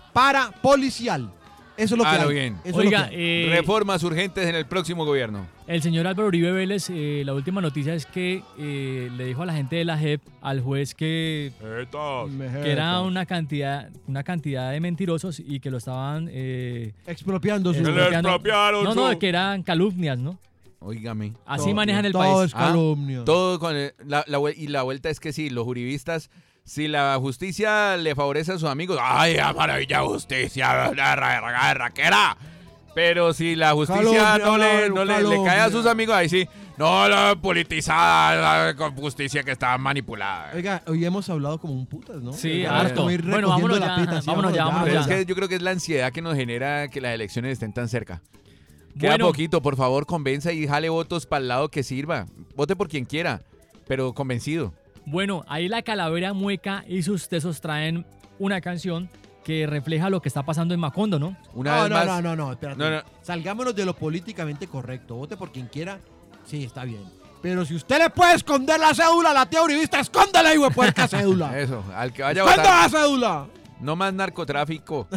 Speaker 2: parapolicial. Eso es lo que
Speaker 4: Ah, lo
Speaker 2: hay.
Speaker 4: bien.
Speaker 2: Eso
Speaker 3: Oiga,
Speaker 2: es lo que hay.
Speaker 3: eh,
Speaker 4: Reformas urgentes en el próximo gobierno.
Speaker 3: el señor Álvaro Uribe Vélez, eh, la última noticia es que eh, le dijo a la gente de la JEP, al juez que, que era una cantidad, una cantidad de mentirosos y que lo estaban... eh,
Speaker 2: Expropiando su...
Speaker 3: expropiando. No, no, que eran calumnias, ¿no?
Speaker 4: Oígame.
Speaker 3: Así manejan el
Speaker 2: todo
Speaker 3: país.
Speaker 2: Es calumnia.
Speaker 4: Ah, todo con el- la, la vuel- y la vuelta es que sí, los uribistas, si la justicia le favorece a sus amigos, ¡ay, la maravilla justicia! La ra- ra- ra- raquera! Pero si la justicia
Speaker 19: Calumnia,
Speaker 4: no, le,
Speaker 19: Lauro,
Speaker 4: no le- le cae a
Speaker 19: calumnia.
Speaker 4: sus amigos, ahí sí, no la politizada, la con justicia que está manipulada.
Speaker 2: Oiga, hoy hemos hablado como un putas, ¿no?
Speaker 3: Sí,
Speaker 2: Vamos
Speaker 3: harto.
Speaker 2: como ir
Speaker 3: Bueno,
Speaker 2: recogiendo
Speaker 3: vámonos
Speaker 2: la
Speaker 3: ya,
Speaker 2: pita, sí,
Speaker 3: vámonos ya, vámonos
Speaker 4: Ah, Pero
Speaker 3: ya.
Speaker 4: es que yo creo que es la ansiedad que nos genera que las elecciones estén tan cerca. Queda
Speaker 3: Bueno.
Speaker 4: poquito, por favor, convenza y jale votos para el lado que sirva. Vote por quien quiera, pero convencido.
Speaker 3: Bueno, ahí la calavera mueca y sus tesos traen una canción que refleja lo que está pasando en Macondo, ¿no?
Speaker 4: Una
Speaker 2: no,
Speaker 4: vez
Speaker 2: no,
Speaker 4: más.
Speaker 2: no, no, no, espérate.
Speaker 4: No, no.
Speaker 2: Salgámonos de lo políticamente correcto. Vote por quien quiera. Sí, está bien. Pero si usted le puede esconder la cédula a la tía uribista, escóndela, hijo de puerca cédula.
Speaker 4: Eso, al que vaya a
Speaker 2: ¡Esconda la
Speaker 4: votar.
Speaker 2: cédula!
Speaker 4: No más narcotráfico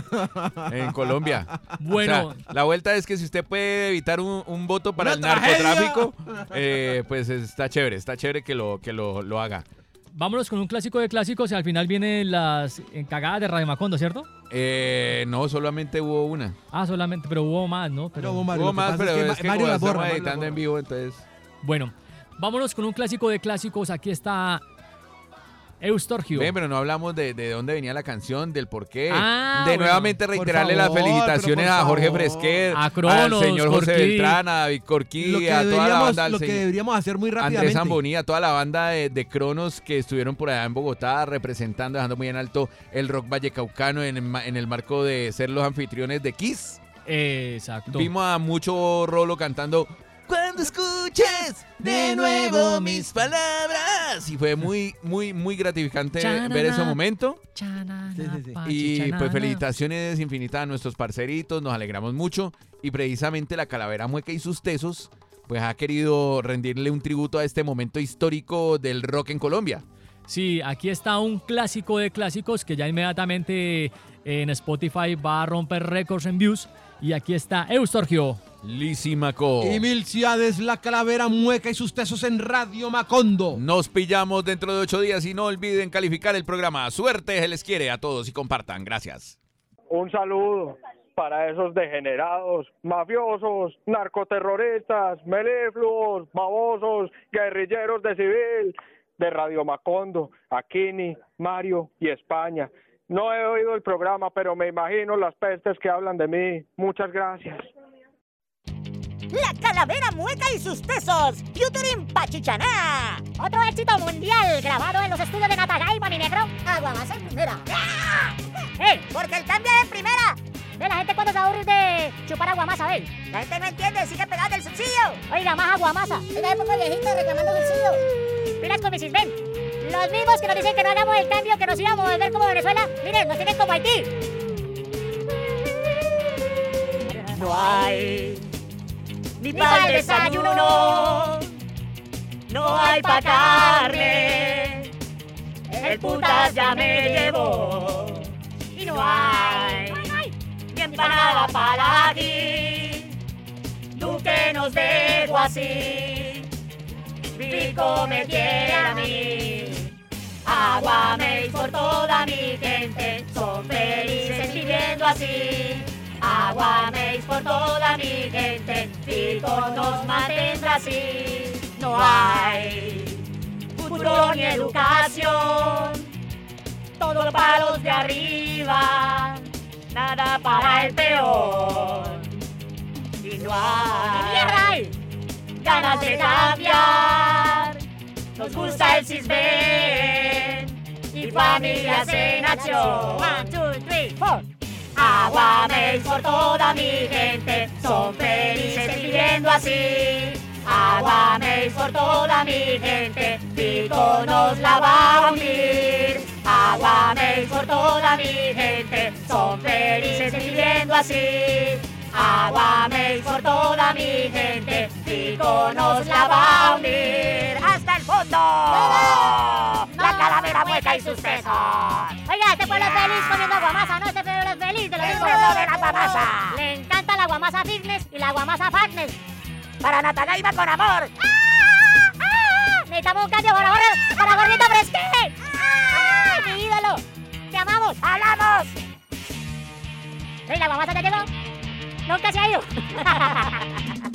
Speaker 4: en Colombia.
Speaker 3: Bueno.
Speaker 4: O sea, la vuelta es que si usted puede evitar un, un voto para el narcotráfico, eh, pues está chévere, está chévere que lo, que lo, lo haga.
Speaker 3: Vámonos con un clásico de clásicos y al final vienen las eh, cagadas de Radio Macondo, ¿cierto?
Speaker 4: Eh, no, solamente hubo una.
Speaker 3: Ah, solamente, pero hubo más, ¿no? Pero
Speaker 2: hubo más,
Speaker 4: hubo más, pero es que como
Speaker 2: Mario la
Speaker 4: estamos
Speaker 2: borra, Mario la
Speaker 4: editando en vivo, entonces...
Speaker 3: Bueno, vámonos con un clásico de clásicos. Aquí está Eustorgio.
Speaker 4: Ven, pero no hablamos de, de dónde venía la canción, del por qué.
Speaker 3: Ah,
Speaker 4: de
Speaker 3: bueno.
Speaker 4: nuevamente
Speaker 3: Por
Speaker 4: reiterarle
Speaker 3: favor,
Speaker 4: las
Speaker 3: pero
Speaker 4: felicitaciones
Speaker 3: por
Speaker 4: a Jorge
Speaker 3: favor.
Speaker 4: Fresquer,
Speaker 3: A Cronos,
Speaker 4: al señor José
Speaker 3: Corquí.
Speaker 4: Beltrán, a David
Speaker 2: Lo
Speaker 4: Corquí,
Speaker 2: que
Speaker 4: a toda la
Speaker 2: deberíamos-
Speaker 4: banda. al
Speaker 2: lo que
Speaker 4: señor-
Speaker 2: deberíamos hacer muy
Speaker 4: Andrés
Speaker 2: rápidamente.
Speaker 4: Zambonía, toda la banda de, de Cronos que estuvieron por allá en Bogotá representando, dejando muy en alto el rock vallecaucano en, el ma- en el marco de ser los anfitriones de Kiss.
Speaker 3: Exacto.
Speaker 4: Vimos a mucho Rolo cantando
Speaker 15: Cuando escuches de nuevo mis palabras.
Speaker 4: Sí, fue muy, muy, muy gratificante
Speaker 15: Chanana.
Speaker 4: ver ese momento.
Speaker 15: Pachi,
Speaker 4: Y pues
Speaker 15: chananas.
Speaker 4: felicitaciones infinitas a nuestros parceritos, nos alegramos mucho. Y precisamente la Calavera Mueca y sus tesos, pues ha querido rendirle un tributo a este momento histórico del rock en Colombia.
Speaker 3: Sí, aquí está un clásico de clásicos que ya inmediatamente en Spotify va a romper récords en views. Y aquí está Eustorgio.
Speaker 4: Lisímaco.
Speaker 2: Y Milciades, la calavera mueca y sus tesos en Radio Macondo.
Speaker 4: Nos pillamos dentro de ocho días y no olviden calificar el programa. Suerte, se les quiere a todos y compartan. Gracias.
Speaker 19: Un saludo para esos degenerados, mafiosos, narcoterroristas, melifluos, babosos, guerrilleros de civil, de Radio Macondo, Aquini, Mario y España. No he oído el programa, pero me imagino las pestes que hablan de mí. Muchas gracias.
Speaker 20: La calavera mueca y sus tesos. Featuring Pachichaná. Otro éxito mundial grabado en los estudios de Natagay, Maninegro. Aguabás en primera. ¡Ah! ¡Ey! Porque el cambio es en primera. Ve, la gente cuando se aburre de chupar aguamasa, ve. La gente no entiende, sigue pegada el sencillo. Oiga, más aguamasa. Mira, hay poco viejito reclamando sencillo. Mira, con misis, ven. Los mismos que nos dicen que no hagamos el cambio, que nos íbamos a volver como Venezuela. Miren, nos tienen como Haití.
Speaker 12: No hay
Speaker 20: ni
Speaker 12: para el desayuno, no, no hay pa' carne. El putas ya me llevó y no hay ni empanada para aquí. Tú que nos dejo así, rico me quiere a mí. Agua me por toda mi gente, son felices viviendo así. Agua me por toda mi gente, ricos nos mantendrá así. No hay futuro ni educación, todo para los de arriba, nada para el peor. Y no hay ganas de cambiar, nos gusta el cisben y familias en acción. One, two, three, four. Aguameis por toda mi gente, son felices viviendo así. Aguameis por toda mi gente, Pico nos la va a unir. Aguameis por toda mi gente, son felices viviendo así. Aguameis por toda mi gente, Pico nos la va a unir. ¡Hasta el fondo! La calavera mueca y sus tesos.
Speaker 20: Oiga, este pueblo es feliz comiendo guamasa, ¿no? Este pueblo es feliz de lo que
Speaker 12: ¡El
Speaker 20: come.
Speaker 12: pueblo de la guamasa!
Speaker 20: Le encanta la guamasa fitness y la guamasa fatness.
Speaker 12: Para Natanaima con amor.
Speaker 20: Necesitamos un cambio para ahora, para Gordito Fresqué. ¡Ay, mi ídolo! ¡Te amamos! ¡Alamos! Ey, la guamasa ya llegó. Nunca se ha ido.